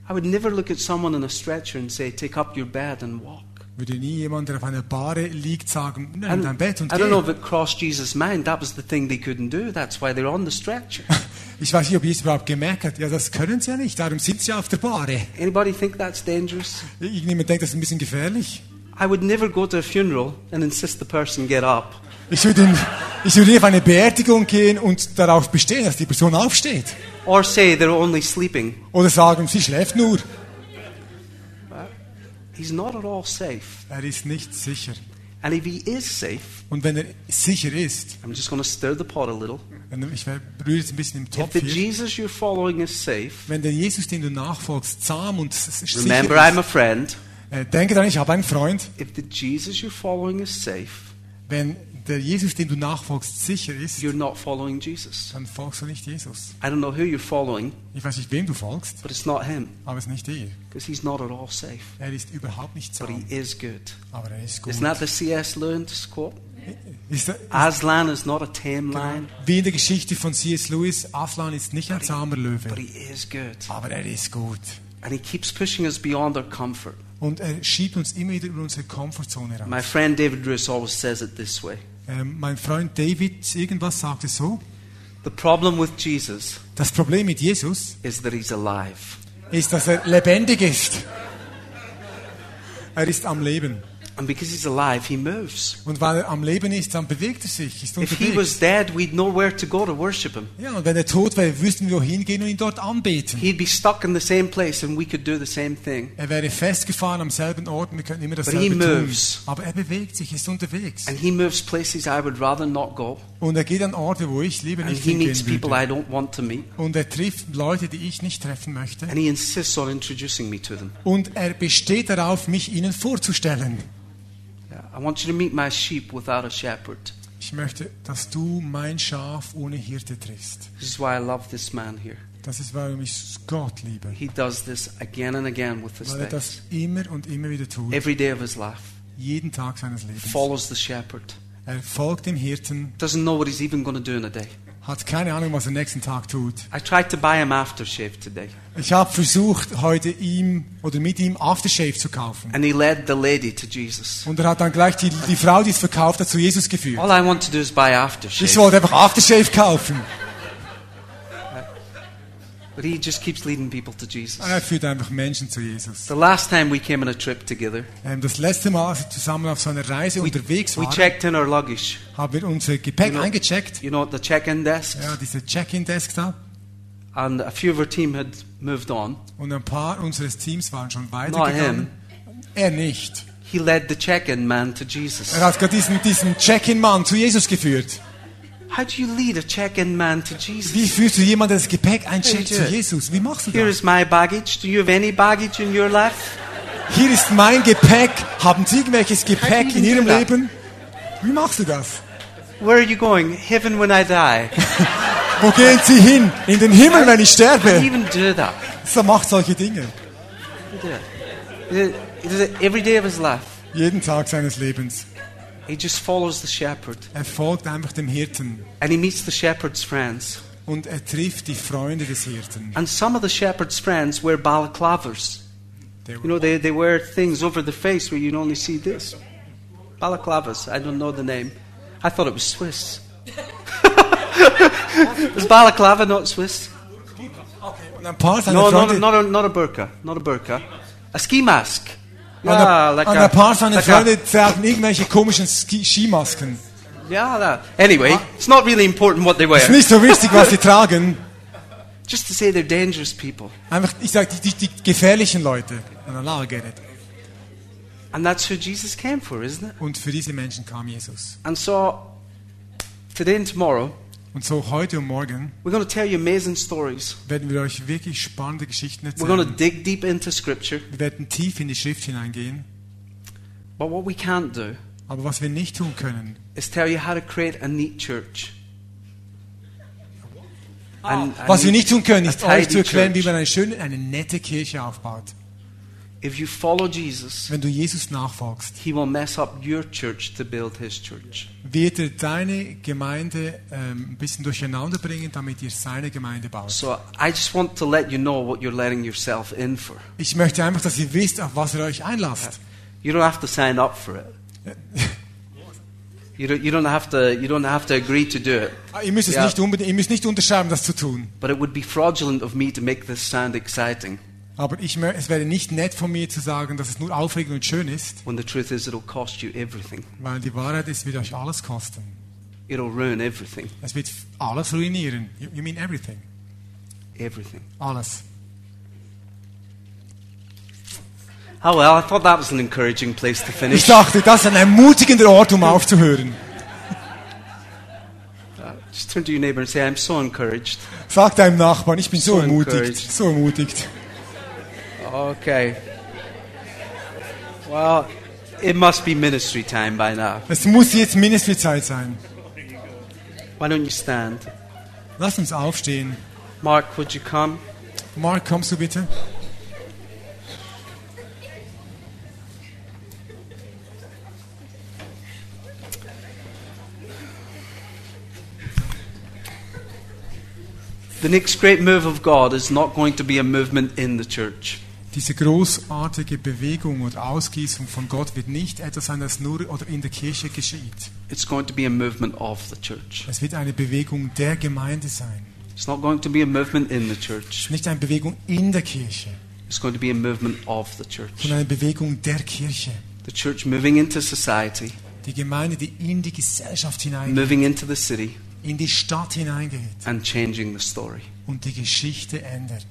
Speaker 1: I would never look at someone in a stretcher and say, Take up your bed and walk.
Speaker 2: Würde nie jemand, der auf einer Bahre liegt, sagen, nimm
Speaker 1: And
Speaker 2: dein Bett und
Speaker 1: I don't know
Speaker 2: geh.
Speaker 1: if it crossed Jesus' mind. That was the thing they couldn't do. That's why they're on the <laughs> stretcher.
Speaker 2: Ich weiß nicht, ob Jesus überhaupt gemerkt hat, ja, das können sie ja nicht, darum sind sie ja auf der Bahre.
Speaker 1: Anybody think that's dangerous?
Speaker 2: Irgendjemand denkt, das ist ein bisschen gefährlich.
Speaker 1: I would never go to a funeral and insist the person get up.
Speaker 2: Ich würde, in, ich würde nie auf eine Beerdigung gehen und darauf bestehen, dass die Person aufsteht.
Speaker 1: Or say they're only sleeping.
Speaker 2: Oder sagen, sie schläft nur.
Speaker 1: He's not at all safe.
Speaker 2: Er ist nicht sicher.
Speaker 1: And if he is safe,
Speaker 2: Und wenn er sicher ist,
Speaker 1: I'm just going to stir the pot a little.
Speaker 2: wenn- ich berühre jetzt ein bisschen im
Speaker 1: If
Speaker 2: Topf
Speaker 1: the
Speaker 2: hier,
Speaker 1: Jesus you're following is <laughs> safe,
Speaker 2: wenn der Jesus, den du nachfolgst, zahm und s- s- sicher
Speaker 1: remember I'm a
Speaker 2: ist,
Speaker 1: friend.
Speaker 2: äh, denke daran, ich habe einen Freund.
Speaker 1: If the Jesus you're following is safe,
Speaker 2: Wenn der Jesus, den du nachfolgst, sicher ist,
Speaker 1: you're not following Jesus.
Speaker 2: dann folgst du nicht Jesus.
Speaker 1: I don't know who you're following,
Speaker 2: Ich weiß nicht, wem du folgst,
Speaker 1: but it's not him
Speaker 2: aber es ist nicht er.
Speaker 1: because he's not at all safe.
Speaker 2: Er ist überhaupt nicht
Speaker 1: But
Speaker 2: zahm,
Speaker 1: he is good.
Speaker 2: aber er ist gut.
Speaker 1: Isn't that the C.S. Lewis quote?
Speaker 2: Ist er,
Speaker 1: Aslan is not a tame lion,
Speaker 2: wie in der Geschichte von C.S. Lewis, Aflan ist nicht ein zahmer
Speaker 1: but
Speaker 2: Löwe,
Speaker 1: he is good.
Speaker 2: aber er ist gut.
Speaker 1: And he keeps pushing us beyond our comfort.
Speaker 2: Und er schiebt uns immer wieder über unsere Komfortzone raus.
Speaker 1: My friend David Roos always says it this way
Speaker 2: Ähm, mein Freund David, irgendwas sagt es so.
Speaker 1: The problem with Jesus
Speaker 2: Das Problem mit Jesus
Speaker 1: is that he's alive.
Speaker 2: ist, dass er lebendig ist. Er ist am Leben.
Speaker 1: And because he's alive, he moves.
Speaker 2: Und weil er am Leben ist, dann bewegt er sich, ist
Speaker 1: If he was
Speaker 2: unterwegs.
Speaker 1: dead, we'd know where to go to worship him.
Speaker 2: Ja, und wenn er tot wäre, wüssten wir, wohin gehen und ihn dort anbeten.
Speaker 1: He'd be stuck in the same place and we could do the same thing.
Speaker 2: Er wäre festgefahren am selben Ort und wir könnten immer
Speaker 1: he
Speaker 2: dasselbe tun.
Speaker 1: moves.
Speaker 2: Aber er bewegt sich, ist unterwegs.
Speaker 1: And he moves places I would rather not go.
Speaker 2: Und er geht an Orte, wo ich lieber
Speaker 1: And
Speaker 2: nicht
Speaker 1: he meets
Speaker 2: hingehen
Speaker 1: people
Speaker 2: würde.
Speaker 1: I don't want to meet.
Speaker 2: Und er trifft Leute, die ich nicht treffen möchte.
Speaker 1: And he insists on introducing me to them.
Speaker 2: Und er besteht darauf, mich ihnen vorzustellen.
Speaker 1: Yeah, I want you to meet my sheep without a shepherd.
Speaker 2: Ich möchte, dass du mein Schaf ohne Hirte triffst.
Speaker 1: This is why I love this man here.
Speaker 2: Das ist, warum ich Gott liebe.
Speaker 1: He does this again and again with his
Speaker 2: Weil er
Speaker 1: things.
Speaker 2: das immer und immer wieder tut.
Speaker 1: Every day of his life.
Speaker 2: Jeden Tag seines Lebens.
Speaker 1: Follows the shepherd.
Speaker 2: Er folgt dem Hirten,
Speaker 1: Doesn't know what he's even going to do in a day.
Speaker 2: hat keine Ahnung, was er nächsten Tag tut.
Speaker 1: I tried to buy him aftershave today.
Speaker 2: Ich habe versucht, heute ihm oder mit ihm Aftershave zu kaufen.
Speaker 1: And he led the lady to Jesus.
Speaker 2: Und er hat dann gleich die, die Frau, die es verkauft hat, zu Jesus geführt.
Speaker 1: All I want to do is buy
Speaker 2: Ich
Speaker 1: aftershave.
Speaker 2: wollte einfach Aftershave kaufen.
Speaker 1: But he just keeps leading people to Jesus.
Speaker 2: Er führt einfach Menschen zu Jesus.
Speaker 1: The last time we came on a trip together,
Speaker 2: Ähm, Das letzte Mal, als wir zusammen auf so einer Reise
Speaker 1: we,
Speaker 2: unterwegs
Speaker 1: we
Speaker 2: waren,
Speaker 1: checked in our luggage.
Speaker 2: haben wir unser Gepäck
Speaker 1: You know-
Speaker 2: eingecheckt.
Speaker 1: You know, at the check-in desk.
Speaker 2: Ja, diese Check-in-Desk da.
Speaker 1: And a few of our team had moved on.
Speaker 2: Und ein paar unseres Teams waren schon
Speaker 1: Not
Speaker 2: weitergegangen.
Speaker 1: him.
Speaker 2: Er nicht.
Speaker 1: He led the check-in man to Jesus.
Speaker 2: Er hat gerade diesen, diesen Check-in-Mann zu Jesus geführt.
Speaker 1: How do you lead a check-in man to
Speaker 2: Wie
Speaker 1: Jesus?
Speaker 2: führst du jemanden das Gepäck eincheckt
Speaker 1: Hey,
Speaker 2: zu
Speaker 1: Jack.
Speaker 2: Jesus? Wie machst du
Speaker 1: Here
Speaker 2: das?
Speaker 1: is my baggage. Do you have any baggage in your life?
Speaker 2: Hier ist mein Gepäck. Haben Sie irgendwelches Gepäck
Speaker 1: you
Speaker 2: in
Speaker 1: do
Speaker 2: Ihrem
Speaker 1: that?
Speaker 2: Leben? Wie machst du das?
Speaker 1: Where are you going? Heaven when I die.
Speaker 2: Wo gehen Sie hin? In den Himmel, wenn ich
Speaker 1: I
Speaker 2: sterbe.
Speaker 1: even do that.
Speaker 2: Er macht solche Dinge.
Speaker 1: He did it. He did it. He did it every day of his life.
Speaker 2: Jeden Tag seines Lebens.
Speaker 1: He just follows the shepherd.
Speaker 2: Er folgt einfach dem Hirten.
Speaker 1: And he meets the shepherd's friends.
Speaker 2: Und er trifft die Freunde des Hirten.
Speaker 1: And some of the shepherd's friends wear balaclavas.
Speaker 2: They
Speaker 1: You know, they, they wear things over the face where you'd only see this. Balaclavas. I don't know the name. I thought it was Swiss. <laughs> Is balaclava not Swiss?
Speaker 2: Und ein paar seiner
Speaker 1: No, not
Speaker 2: Freunde...
Speaker 1: a, not, a, not a burqa. Not a burqa. A ski mask.
Speaker 2: Und ein-
Speaker 1: Yeah, like
Speaker 2: und ein paar
Speaker 1: a,
Speaker 2: seiner
Speaker 1: like a,
Speaker 2: Freunde tragen irgendwelche komischen Ski Skimasken.
Speaker 1: yeah, that. Anyway, it's not really important what they
Speaker 2: Ist
Speaker 1: wear.
Speaker 2: nicht so wichtig, was sie tragen.
Speaker 1: Just to say they're dangerous people.
Speaker 2: Einfach, ich sag, die, die, die gefährlichen Leute. And I love it.
Speaker 1: And that's who Jesus came for, isn't it?
Speaker 2: Und für diese Menschen kam Jesus.
Speaker 1: And so, today and tomorrow,
Speaker 2: Und so heute und morgen
Speaker 1: we're going to tell you amazing stories.
Speaker 2: werden wir euch wirklich spannende Geschichten
Speaker 1: We're going
Speaker 2: erzählen.
Speaker 1: to dig deep into Scripture.
Speaker 2: Wir werden tief in die Schrift hineingehen.
Speaker 1: But what we can't do
Speaker 2: Aber was wir nicht tun können,
Speaker 1: is tell you how to create a neat church. And,
Speaker 2: was wir nicht tun können, ist euch zu erklären, wie
Speaker 1: church.
Speaker 2: man eine schöne, eine nette Kirche aufbaut.
Speaker 1: If you follow Jesus,
Speaker 2: Wenn du Jesus nachfolgst,
Speaker 1: he will mess up your church to build his church.
Speaker 2: wird er deine Gemeinde ähm, ein bisschen durcheinander bringen, damit ihr seine Gemeinde baut.
Speaker 1: So I just want to let you know what you're letting yourself in for.
Speaker 2: Ich möchte einfach, dass ihr wisst, auf was ihr euch einlasst.
Speaker 1: You don't have to sign up for it. You don't, you don't have to you don't have to agree to do it.
Speaker 2: Ah, Ihr müsst es
Speaker 1: Ja.
Speaker 2: nicht unbedingt, ihr müsst nicht unterschreiben, das zu tun.
Speaker 1: But it would be fraudulent of me to make this sound exciting
Speaker 2: Aber ich, mö- es wäre nicht nett von mir zu sagen, dass es nur aufregend und schön ist,
Speaker 1: when the truth is it'll cost you everything.
Speaker 2: weil die Wahrheit ist, wird euch alles kosten.
Speaker 1: It'll ruin everything.
Speaker 2: Es wird alles ruinieren. You, you mean everything.
Speaker 1: Everything.
Speaker 2: Alles.
Speaker 1: Oh well, I thought that was an encouraging place to
Speaker 2: Ich
Speaker 1: finish.
Speaker 2: dachte, das ist ein ermutigender Ort, um aufzuhören.
Speaker 1: Just turn to your neighbor and say, I'm so encouraged.
Speaker 2: Sag deinem Nachbarn, ich bin so
Speaker 1: So
Speaker 2: ermutigt.
Speaker 1: encouraged.
Speaker 2: So ermutigt.
Speaker 1: Okay. Well, it must be ministry time by now.
Speaker 2: Es muss jetzt Ministry-Zeit sein.
Speaker 1: Why don't you stand?
Speaker 2: Lass uns aufstehen.
Speaker 1: Mark, would you come?
Speaker 2: Mark, kommst du bitte?
Speaker 1: The next great move of God is not going to be a movement in the church.
Speaker 2: Diese großartige Bewegung und Ausgießung von Gott wird nicht etwas sein, das nur oder in der Kirche geschieht.
Speaker 1: It's going to be a movement of the church.
Speaker 2: Es wird eine Bewegung der Gemeinde sein.
Speaker 1: It's not going to be a movement in the
Speaker 2: Es
Speaker 1: church.
Speaker 2: ist Nicht eine Bewegung in der Kirche,
Speaker 1: It's going to be a movement of the church.
Speaker 2: sondern eine Bewegung der Kirche.
Speaker 1: The church moving into society,
Speaker 2: Die Gemeinde, die in die Gesellschaft hineingeht,
Speaker 1: moving into the city,
Speaker 2: in die Stadt hineingeht
Speaker 1: and changing the story.
Speaker 2: und die Geschichte ändert.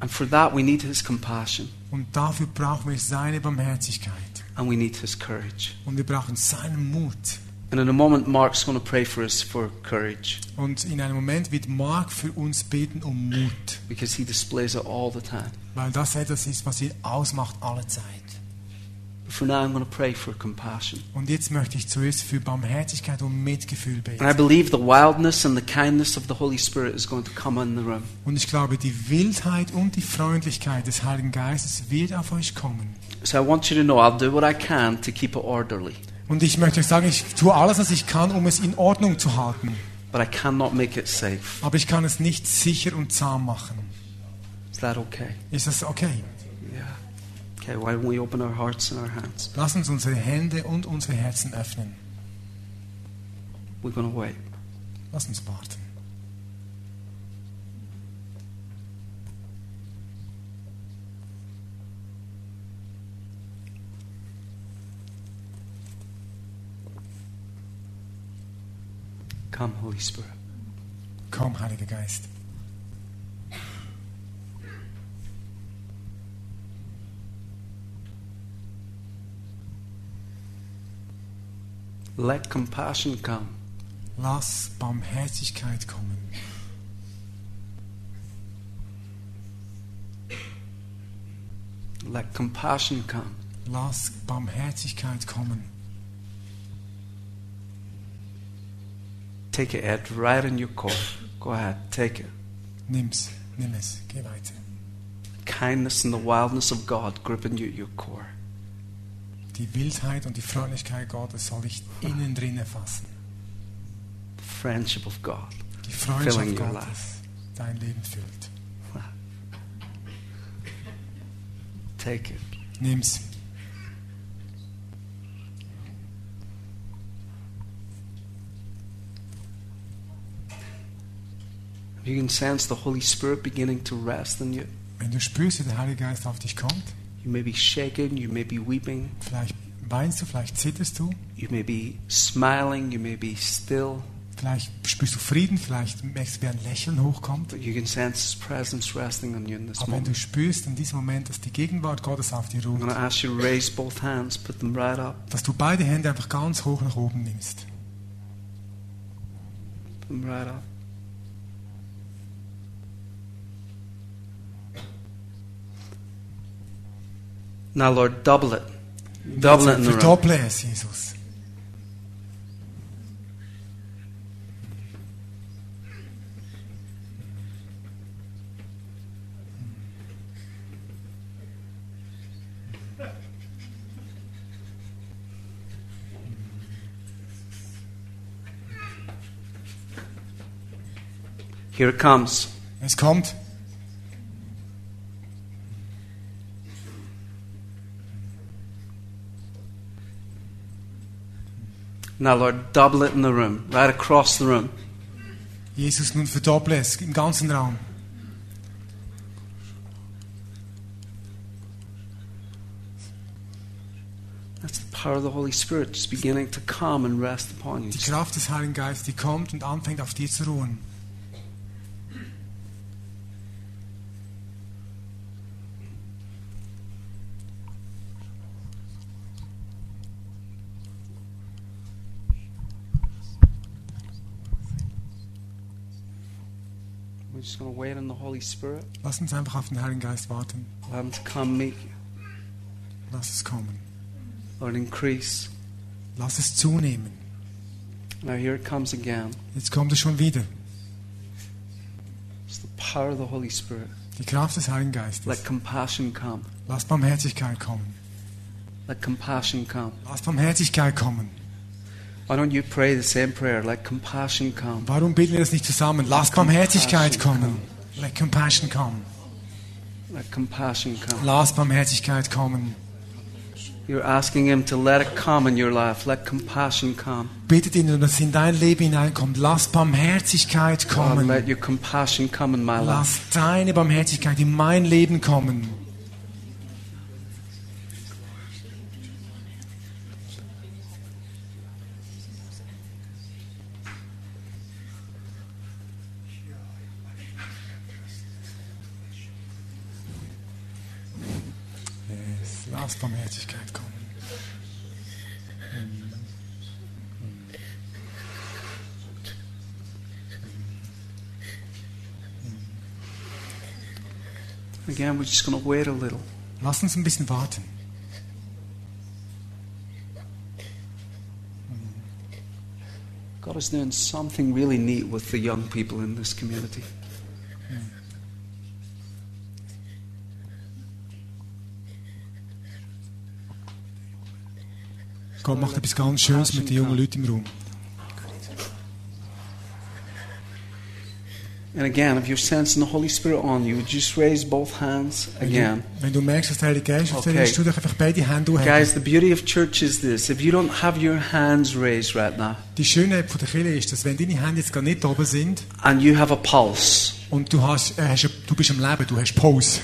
Speaker 1: And for that, we need his compassion
Speaker 2: Und dafür brauchen wir seine Barmherzigkeit.
Speaker 1: and we need his courage.
Speaker 2: Und wir brauchen seinen Mut.
Speaker 1: And in a moment, Mark's going to pray for us for courage
Speaker 2: Und in einem Moment wird Mark für uns beten um Mut,
Speaker 1: because he displays it all the time.
Speaker 2: weil das etwas ist, was ihn ausmacht alle Zeit.
Speaker 1: But for now, I'm going to pray for compassion.
Speaker 2: Und jetzt möchte ich zuerst für Barmherzigkeit und Mitgefühl
Speaker 1: And I
Speaker 2: beten.
Speaker 1: believe the wildness and the kindness of the Holy Spirit is going to come in the room.
Speaker 2: Und ich glaube, die Wildheit und die Freundlichkeit des Heiligen Geistes wird auf euch kommen.
Speaker 1: So I want you to know I'll do what I can to keep it orderly,
Speaker 2: Und ich möchte euch sagen, ich tue alles, was ich kann, um es in Ordnung zu halten.
Speaker 1: but I cannot make it safe.
Speaker 2: Aber ich kann es nicht sicher und zahm machen.
Speaker 1: Is that okay?
Speaker 2: Ist das okay?
Speaker 1: Yeah. Okay, why don't we open our hearts and our hands?
Speaker 2: Lass uns unsere Hände und unsere Herzen öffnen.
Speaker 1: We're going to wait.
Speaker 2: Lass uns warten.
Speaker 1: Come, Holy Spirit.
Speaker 2: Komm, Heiliger Geist.
Speaker 1: Let compassion come.
Speaker 2: Lass Barmherzigkeit kommen.
Speaker 1: Let compassion come.
Speaker 2: Lass Barmherzigkeit kommen.
Speaker 1: Take it, Ed, right in your core. Go ahead, take it.
Speaker 2: Nimm's, nimm es, geh weiter.
Speaker 1: Kindness and the wildness of God gripping you at your core.
Speaker 2: Die Wildheit und die Freundlichkeit Gottes soll dich innen drin erfassen.
Speaker 1: The friendship of God.
Speaker 2: Die
Speaker 1: Filling
Speaker 2: Freundschaft
Speaker 1: your
Speaker 2: Gottes dein Leben füllt.
Speaker 1: Take it.
Speaker 2: Nimm's.
Speaker 1: You can sense the Holy Spirit beginning to rest in you.
Speaker 2: Wenn du spürst, wie der Heilige Geist auf dich kommt,
Speaker 1: You may be shaken, you may be weeping,
Speaker 2: vielleicht weinst du, vielleicht zitterst du,
Speaker 1: you may be smiling, you may be still,
Speaker 2: vielleicht spürst du Frieden, vielleicht merkst du, wie ein Lächeln hochkommt.
Speaker 1: but you can sense His presence resting on you in this
Speaker 2: Aber wenn du
Speaker 1: moment.
Speaker 2: spürst in diesem Moment, dass die Gegenwart Gottes auf dir
Speaker 1: I'm going
Speaker 2: ruht,
Speaker 1: to ask you to raise both hands, put them right up,
Speaker 2: dass du beide Hände einfach ganz hoch nach oben nimmst.
Speaker 1: put them right up. Now, Lord, double it. Double it in the room.
Speaker 2: Verdopple es, Jesus.
Speaker 1: Here it comes.
Speaker 2: Es kommt.
Speaker 1: Now, Lord, double it in the room, right across the room.
Speaker 2: Jesus, nun verdopple es im ganzen Raum.
Speaker 1: That's the power of the Holy Spirit just beginning to come and rest upon you.
Speaker 2: Die
Speaker 1: Just
Speaker 2: Kraft des Heiligen Geistes, die kommt und anfängt auf dir zu ruhen.
Speaker 1: We're just going to wait on the Holy Spirit.
Speaker 2: Lass uns einfach auf den Heiligen Geist warten.
Speaker 1: Allow Him to come meet you.
Speaker 2: Lass es kommen.
Speaker 1: Lord, increase.
Speaker 2: Lass es zunehmen.
Speaker 1: Now, here it comes again.
Speaker 2: Jetzt kommt es schon wieder.
Speaker 1: It's the power of the Holy Spirit.
Speaker 2: Die Kraft des Heiligen Geistes.
Speaker 1: Let compassion come.
Speaker 2: Lass Barmherzigkeit kommen.
Speaker 1: Let compassion come.
Speaker 2: Lass Barmherzigkeit kommen.
Speaker 1: Why don't you pray the same prayer? Let compassion come.
Speaker 2: Warum beten wir das nicht zusammen? Lass Barmherzigkeit kommen. Let compassion come.
Speaker 1: Let compassion come.
Speaker 2: Lass Barmherzigkeit kommen.
Speaker 1: You're asking Him to let it come in your life. Let compassion come.
Speaker 2: Bittet ihn, dass es in dein Leben hineinkommt. Lass Barmherzigkeit
Speaker 1: God,
Speaker 2: kommen.
Speaker 1: let your compassion come in my life.
Speaker 2: Lass deine Barmherzigkeit in mein Leben kommen. Yes, Lass Barmherzigkeit kommen.
Speaker 1: Again, we're just going to wait a little.
Speaker 2: Lass uns ein bisschen warten.
Speaker 1: God is doing something really neat with the young people in this community.
Speaker 2: Gott macht etwas ganz Schönes mit den jungen Leuten im Raum.
Speaker 1: And again, if you're sensing the Holy Spirit on you, just raise both hands again.
Speaker 2: Wenn du merkst, dass der Heilige Geist auf dir
Speaker 1: Okay.
Speaker 2: ist, tu doch einfach beide Hände hochheben.
Speaker 1: Guys, the beauty of church is this. If you don't have your hands raised right now
Speaker 2: Die Schönheit von der Kirche ist, dass wenn deine Hände jetzt gar nicht oben sind
Speaker 1: and you have a pulse,
Speaker 2: und du, hast, äh, hast, du bist am Leben, du hast Pause,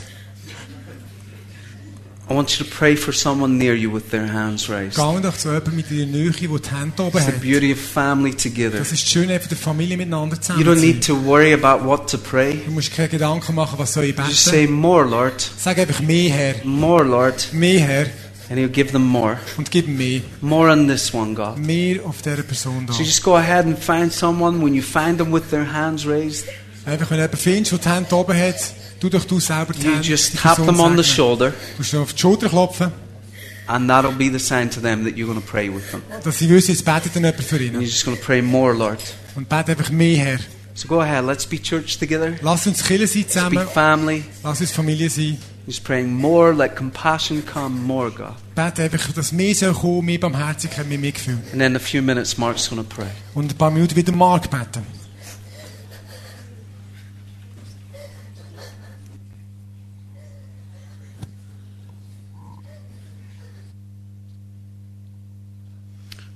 Speaker 1: I want you to pray for someone near you with their hands raised.
Speaker 2: geh doch zu jemandem mit deiner Nähe, der die Hände oben
Speaker 1: It's the
Speaker 2: hat.
Speaker 1: beauty of family together.
Speaker 2: Das ist die Schönheit von der Familie miteinander
Speaker 1: You don't
Speaker 2: zusammen.
Speaker 1: need to worry about what to pray.
Speaker 2: Du musst keine Gedanken machen, was soll ich
Speaker 1: Just say,
Speaker 2: beten.
Speaker 1: More, Lord.
Speaker 2: Sag einfach mehr Herr,
Speaker 1: More, Lord.
Speaker 2: mehr Herr
Speaker 1: And He'll give them more.
Speaker 2: und gib mehr.
Speaker 1: More on this one, God.
Speaker 2: Mehr auf dieser Person da.
Speaker 1: So just go ahead and find someone. When you find them with their hands raised,
Speaker 2: Einfach wenn du jemanden findest, der die Hände oben hat, tu doch du selber die
Speaker 1: you
Speaker 2: Hände.
Speaker 1: just
Speaker 2: die
Speaker 1: tap
Speaker 2: Person
Speaker 1: them on the
Speaker 2: segnen.
Speaker 1: shoulder,
Speaker 2: Du musst auf die Schulter klopfen,
Speaker 1: and that'll be the sign to them that you're going to pray with them.
Speaker 2: dass sie wissen, jetzt betet dann jemand für
Speaker 1: And
Speaker 2: ihn.
Speaker 1: you're just going to pray more, Lord.
Speaker 2: Und bete einfach mehr Herr.
Speaker 1: So go ahead. Let's be church together.
Speaker 2: Lass uns Kirche sein
Speaker 1: Let's be
Speaker 2: zusammen.
Speaker 1: family.
Speaker 2: Lass uns Familie sein.
Speaker 1: Just praying more. Let compassion come more, God.
Speaker 2: Bete einfach, dass mehr soll kommen, mehr Barmherzigkeit, mehr Mitgefühl.
Speaker 1: And then in a few minutes, Mark's going to pray.
Speaker 2: Und ein paar Minuten wieder Mark beten.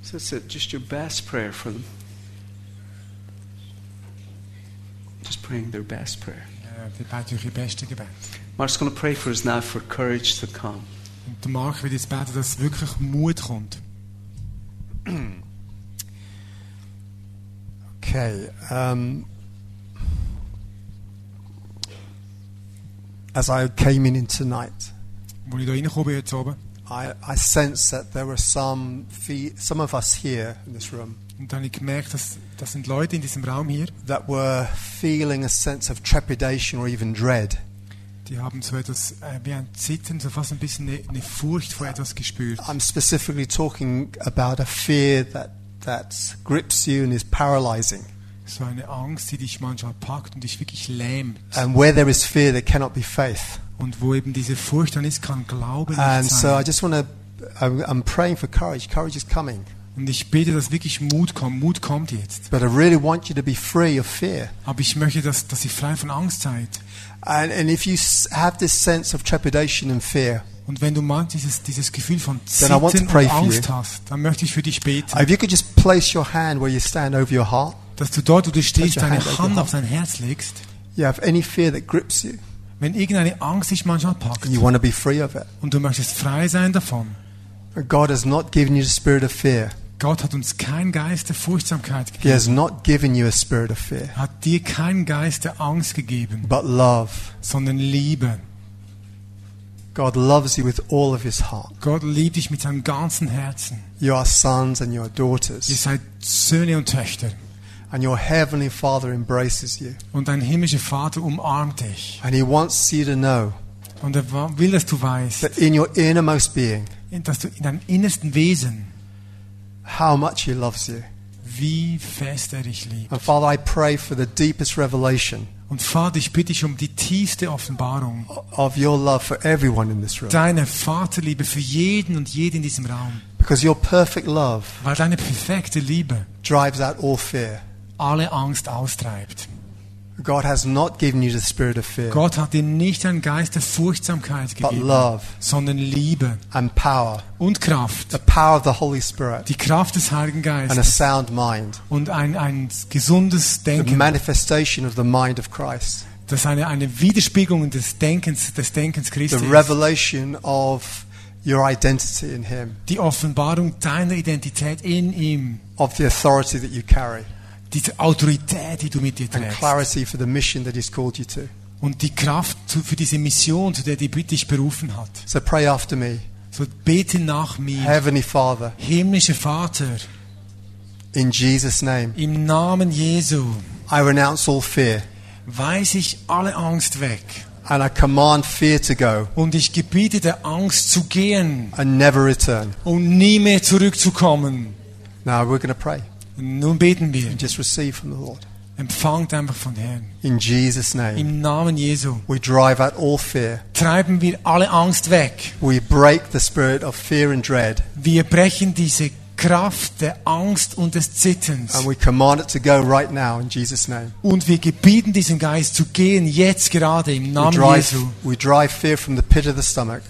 Speaker 1: So that's it. Just your best prayer for them. Just praying their best prayer.
Speaker 2: Ja, Äh, wir beten euch ihr beste Gebet.
Speaker 1: Mark's going to pray for us now for courage to come.
Speaker 2: Und der Mark wird jetzt beten, dass wirklich Mut kommt.
Speaker 6: Okay. Um, as I came in in tonight,
Speaker 2: Als ich da reingekommen bin jetzt oben,
Speaker 6: I, I sensed that there were some fe some of us here in this room
Speaker 2: und dann habe ich gemerkt, dass das sind Leute in diesem Raum hier,
Speaker 6: that were feeling a sense of trepidation or even dread.
Speaker 2: die haben so etwas äh, wie ein Zittern, so fast ein bisschen eine, eine Furcht vor etwas gespürt.
Speaker 6: I'm specifically talking about a fear that that grips you and is paralyzing.
Speaker 2: So eine Angst, die dich manchmal packt und dich wirklich lähmt.
Speaker 6: And where there is fear, there cannot be faith.
Speaker 2: Und wo eben diese Furcht dann ist, kann Glaube
Speaker 6: And
Speaker 2: nicht
Speaker 6: Ähm, so also- I
Speaker 2: sein.
Speaker 6: just want to. I'm I'm praying for courage. Courage is coming,
Speaker 2: Und ich bete, dass wirklich Mut kommt. Mut kommt jetzt.
Speaker 6: but I really want you to be free of fear.
Speaker 2: Aber ich möchte, dass, dass ihr frei von Angst seid.
Speaker 6: And, and if you s- have this sense of trepidation and fear,
Speaker 2: Und wenn du mal dieses, dieses Gefühl von
Speaker 6: Then I
Speaker 2: Zittern
Speaker 6: want to
Speaker 2: und
Speaker 6: pray for
Speaker 2: Angst
Speaker 6: you.
Speaker 2: hast, dann möchte ich für dich beten,
Speaker 6: if you could just place your hand where you stand over your heart,
Speaker 2: dass du dort, wo du stehst,
Speaker 6: Touch your
Speaker 2: deine
Speaker 6: hand,
Speaker 2: Hand
Speaker 6: open
Speaker 2: auf dein Herz legst.
Speaker 6: you have any fear that grips you,
Speaker 2: Wenn irgendeine Angst dich manchmal packt
Speaker 6: and you want to be free of it.
Speaker 2: und du möchtest frei sein davon.
Speaker 6: God has not given you the spirit of fear.
Speaker 2: Gott hat uns keinen Geist der Furchtsamkeit
Speaker 6: He
Speaker 2: gegeben.
Speaker 6: has not given you a spirit of fear,
Speaker 2: Hat dir keinen Geist der Angst gegeben,
Speaker 6: but love.
Speaker 2: sondern Liebe.
Speaker 6: God loves you with all of his heart.
Speaker 2: Gott liebt dich mit seinem ganzen Herzen.
Speaker 6: You are sons and you are
Speaker 2: Ihr
Speaker 6: daughters,
Speaker 2: seid Söhne und Töchter.
Speaker 6: and your heavenly Father embraces you.
Speaker 2: Und dein himmlischer Vater umarmt dich.
Speaker 6: And he wants you to know
Speaker 2: Und er wa- will, dass du weißt,
Speaker 6: that in your innermost being,
Speaker 2: dass du in deinem innersten Wesen,
Speaker 6: how much he loves you.
Speaker 2: wie fest er dich liebt.
Speaker 6: And Father, I pray for the deepest revelation
Speaker 2: Und Vater, ich bitte dich um die tiefste Offenbarung.
Speaker 6: of your love for everyone in this room.
Speaker 2: Deine Vaterliebe für jeden und jede in diesem Raum.
Speaker 6: Because your perfect love
Speaker 2: Weil deine perfekte Liebe
Speaker 6: drives out all fear.
Speaker 2: alle Angst austreibt.
Speaker 6: God has not given you the spirit of fear,
Speaker 2: Gott hat dir nicht einen Geist der Furchtsamkeit
Speaker 6: but
Speaker 2: gegeben,
Speaker 6: love
Speaker 2: sondern Liebe
Speaker 6: and power.
Speaker 2: und Kraft.
Speaker 6: The power of the Holy Spirit
Speaker 2: Die Kraft des Heiligen
Speaker 6: and a
Speaker 2: Geistes
Speaker 6: sound mind.
Speaker 2: und ein, ein gesundes
Speaker 6: The
Speaker 2: Denken.
Speaker 6: manifestation of the mind of Christ.
Speaker 2: Das ist eine, eine Widerspiegelung des Denkens, des Denkens
Speaker 6: The
Speaker 2: Christi. ist.
Speaker 6: revelation of your identity in Him,
Speaker 2: Die Offenbarung deiner Identität in ihm.
Speaker 6: of the authority that you carry,
Speaker 2: Diese Autorität, die du mit dir
Speaker 6: and
Speaker 2: trägst.
Speaker 6: clarity for the mission that He's called you to.
Speaker 2: Und die Kraft zu- für diese Mission, zu der die dich berufen hat.
Speaker 6: So pray after me.
Speaker 2: So bete nach mir.
Speaker 6: Heavenly Father,
Speaker 2: Himmlischer Vater,
Speaker 6: in Jesus' name,
Speaker 2: im Namen Jesu
Speaker 6: I renounce all fear
Speaker 2: weise ich alle Angst weg.
Speaker 6: and I command fear to go
Speaker 2: Und ich gebiete der Angst zu gehen
Speaker 6: and never return.
Speaker 2: und nie mehr zurückzukommen.
Speaker 6: Now we're going to pray.
Speaker 2: Nun beten wir.
Speaker 6: Just receive from the Lord.
Speaker 2: Empfangt einfach von Herrn.
Speaker 6: In Jesus' name,
Speaker 2: Im Namen Jesu
Speaker 6: we drive out all fear.
Speaker 2: treiben wir alle Angst weg.
Speaker 6: We break the spirit of fear and dread
Speaker 2: Wir brechen diese Kraft der Angst und des
Speaker 6: and
Speaker 2: Zitterns.
Speaker 6: we command it to go right now in Jesus' name.
Speaker 2: Und wir gebieten diesen Geist zu gehen, jetzt gerade im
Speaker 6: We
Speaker 2: Namen Jesu.
Speaker 6: drive, we drive fear from the pit of the stomach,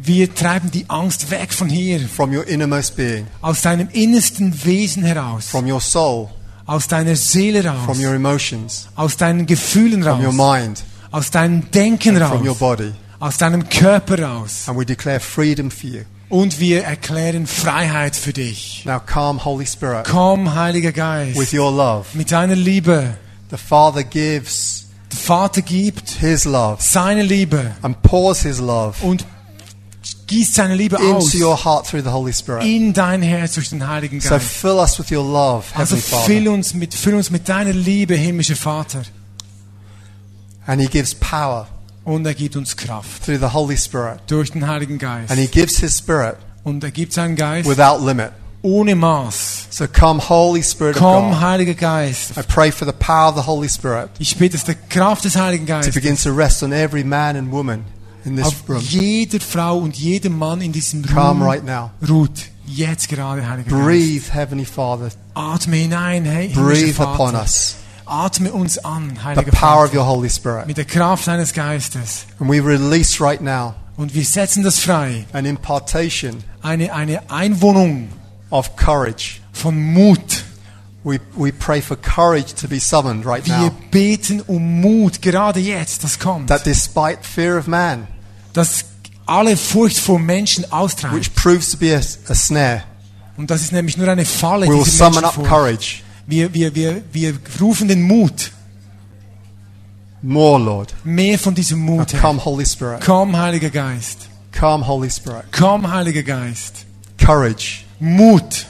Speaker 2: Wir treiben die Angst weg von hier,
Speaker 6: from your innermost being,
Speaker 2: aus deinem innersten Wesen heraus,
Speaker 6: from your soul,
Speaker 2: aus deiner Seele raus,
Speaker 6: from your emotions,
Speaker 2: aus deinen Gefühlen
Speaker 6: from your
Speaker 2: raus,
Speaker 6: mind,
Speaker 2: aus deinem Denken
Speaker 6: from your
Speaker 2: raus,
Speaker 6: body.
Speaker 2: aus deinem Körper raus.
Speaker 6: And we declare freedom for you.
Speaker 2: Und wir erklären Freiheit für dich.
Speaker 6: Now, calm, Holy Spirit,
Speaker 2: Komm, Heiliger
Speaker 6: with
Speaker 2: Geist,
Speaker 6: your love.
Speaker 2: mit deiner Liebe.
Speaker 6: The Father gives
Speaker 2: Der Vater gibt
Speaker 6: His love
Speaker 2: seine Liebe
Speaker 6: and pours His love
Speaker 2: und gießt seine Liebe aus
Speaker 6: into your heart through the Holy Spirit.
Speaker 2: in dein Herz durch den Heiligen
Speaker 6: So
Speaker 2: Geist.
Speaker 6: fill us with your love,
Speaker 2: Also
Speaker 6: Heavenly
Speaker 2: füll
Speaker 6: Father.
Speaker 2: uns mit, füll uns mit deiner Liebe, himmlischer Vater.
Speaker 6: And He gives power
Speaker 2: Und er gibt uns Kraft
Speaker 6: through the Holy Spirit.
Speaker 2: durch den Heiligen Geist.
Speaker 6: And He gives His Spirit
Speaker 2: Und er gibt seinen Geist
Speaker 6: without limit.
Speaker 2: ohne Maß.
Speaker 6: So come, Holy Spirit of
Speaker 2: Komm,
Speaker 6: God.
Speaker 2: Heiliger Geist.
Speaker 6: I pray for the power of the Holy Spirit
Speaker 2: Ich bitte, dass der Kraft des Heiligen
Speaker 6: to
Speaker 2: Geistes
Speaker 6: begin to rest on every man and woman in this
Speaker 2: auf
Speaker 6: room.
Speaker 2: jeder Frau und jedem Mann in diesem
Speaker 6: Come
Speaker 2: Raum
Speaker 6: right now.
Speaker 2: ruht. Jetzt gerade, Heiliger Geist.
Speaker 6: Breathe, Heavenly Father.
Speaker 2: Atme hinein, hey, himmlischer
Speaker 6: Breathe upon
Speaker 2: Vater.
Speaker 6: us
Speaker 2: Atme uns an,
Speaker 6: the
Speaker 2: Heiliger
Speaker 6: power
Speaker 2: Vater.
Speaker 6: of your Holy Spirit.
Speaker 2: mit der Kraft deines Geistes.
Speaker 6: And we release right now
Speaker 2: Und wir setzen das frei.
Speaker 6: an impartation
Speaker 2: Eine, eine Einwohnung
Speaker 6: of courage.
Speaker 2: von Mut.
Speaker 6: We, we pray for courage to be summoned right
Speaker 2: Wir
Speaker 6: now.
Speaker 2: beten um Mut, gerade jetzt, das kommt.
Speaker 6: Genau. That despite fear of man,
Speaker 2: Dass alle Furcht vor Menschen austreibt.
Speaker 6: which proves to be a, a snare,
Speaker 2: Und das ist nämlich nur eine Falle,
Speaker 6: we will
Speaker 2: diese
Speaker 6: summon up
Speaker 2: Menschenfurcht.
Speaker 6: courage.
Speaker 2: Wir, wir, wir, wir rufen den Mut.
Speaker 6: More, Lord.
Speaker 2: Mehr von diesem
Speaker 6: Now
Speaker 2: Mut
Speaker 6: come,
Speaker 2: her.
Speaker 6: Holy Spirit.
Speaker 2: Komm, Heiliger Geist.
Speaker 6: Come, Holy Spirit.
Speaker 2: Komm, Heiliger Geist.
Speaker 6: Courage.
Speaker 2: Mut.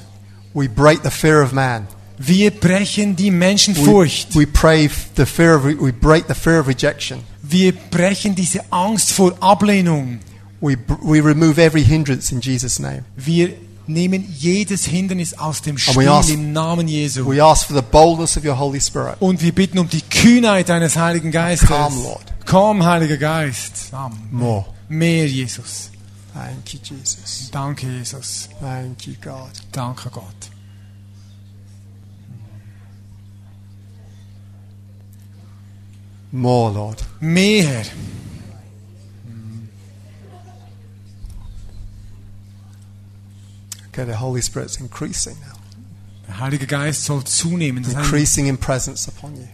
Speaker 6: We break the fear of man.
Speaker 2: Wir brechen die
Speaker 6: We,
Speaker 2: Menschenfurcht.
Speaker 6: we pray f- the fear of re- we break the fear of rejection.
Speaker 2: Wir brechen diese Angst vor Ablehnung.
Speaker 6: We, br- we remove every hindrance in Jesus' name.
Speaker 2: Wir nehmen jedes Hindernis aus dem
Speaker 6: we
Speaker 2: Spiel
Speaker 6: ask-
Speaker 2: im Namen Jesu.
Speaker 6: We ask for the boldness of your Holy Spirit.
Speaker 2: Und wir bitten um die Kühnheit deines Heiligen Geistes.
Speaker 6: Come, Lord.
Speaker 2: Komm, Heiliger Geist. Amen.
Speaker 6: More.
Speaker 2: Mehr, Jesus.
Speaker 6: Thank you, Jesus.
Speaker 2: Danke, Jesus.
Speaker 6: Thank you, God.
Speaker 2: Danke, Gott.
Speaker 6: More, Lord.
Speaker 2: Mehr.
Speaker 6: Okay, the Holy Spirit's increasing now,
Speaker 2: Der Heilige Geist soll zunehmen. Seine,
Speaker 6: increasing in presence upon you,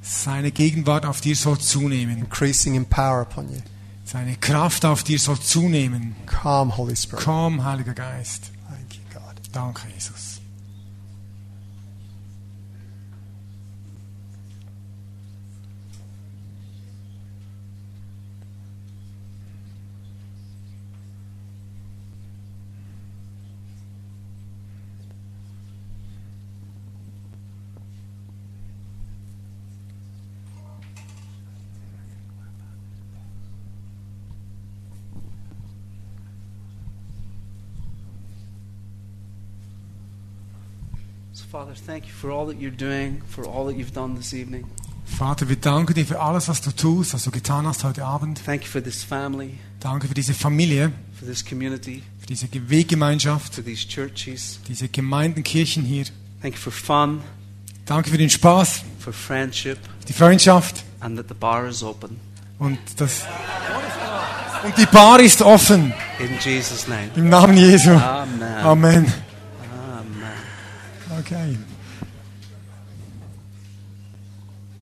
Speaker 2: seine Gegenwart auf dir soll zunehmen.
Speaker 6: increasing in power upon you.
Speaker 2: Seine Kraft auf dir soll zunehmen.
Speaker 6: Come, Holy Spirit.
Speaker 2: Komm, Heiliger Geist.
Speaker 6: Thank you, God.
Speaker 2: Danke, Jesus.
Speaker 1: So, Father, thank you for all that you're doing, for all that you've done this evening.
Speaker 2: Vater, wir danken dir für alles, was du tust, was du getan hast heute Abend.
Speaker 1: Thank you for this family,
Speaker 2: Danke für diese Familie,
Speaker 1: for this community,
Speaker 2: für diese Ge- Weggemeinschaft,
Speaker 1: for these churches.
Speaker 2: diese Gemeinden, Kirchen hier.
Speaker 1: Thank you for fun.
Speaker 2: Danke für den Spaß,
Speaker 1: for friendship
Speaker 2: die Freundschaft
Speaker 1: and that the bar is open.
Speaker 2: und das. Und die Bar ist offen
Speaker 1: In Jesus' name.
Speaker 2: im Namen Jesu.
Speaker 1: Amen.
Speaker 2: Amen.
Speaker 1: Amen.
Speaker 2: Okay.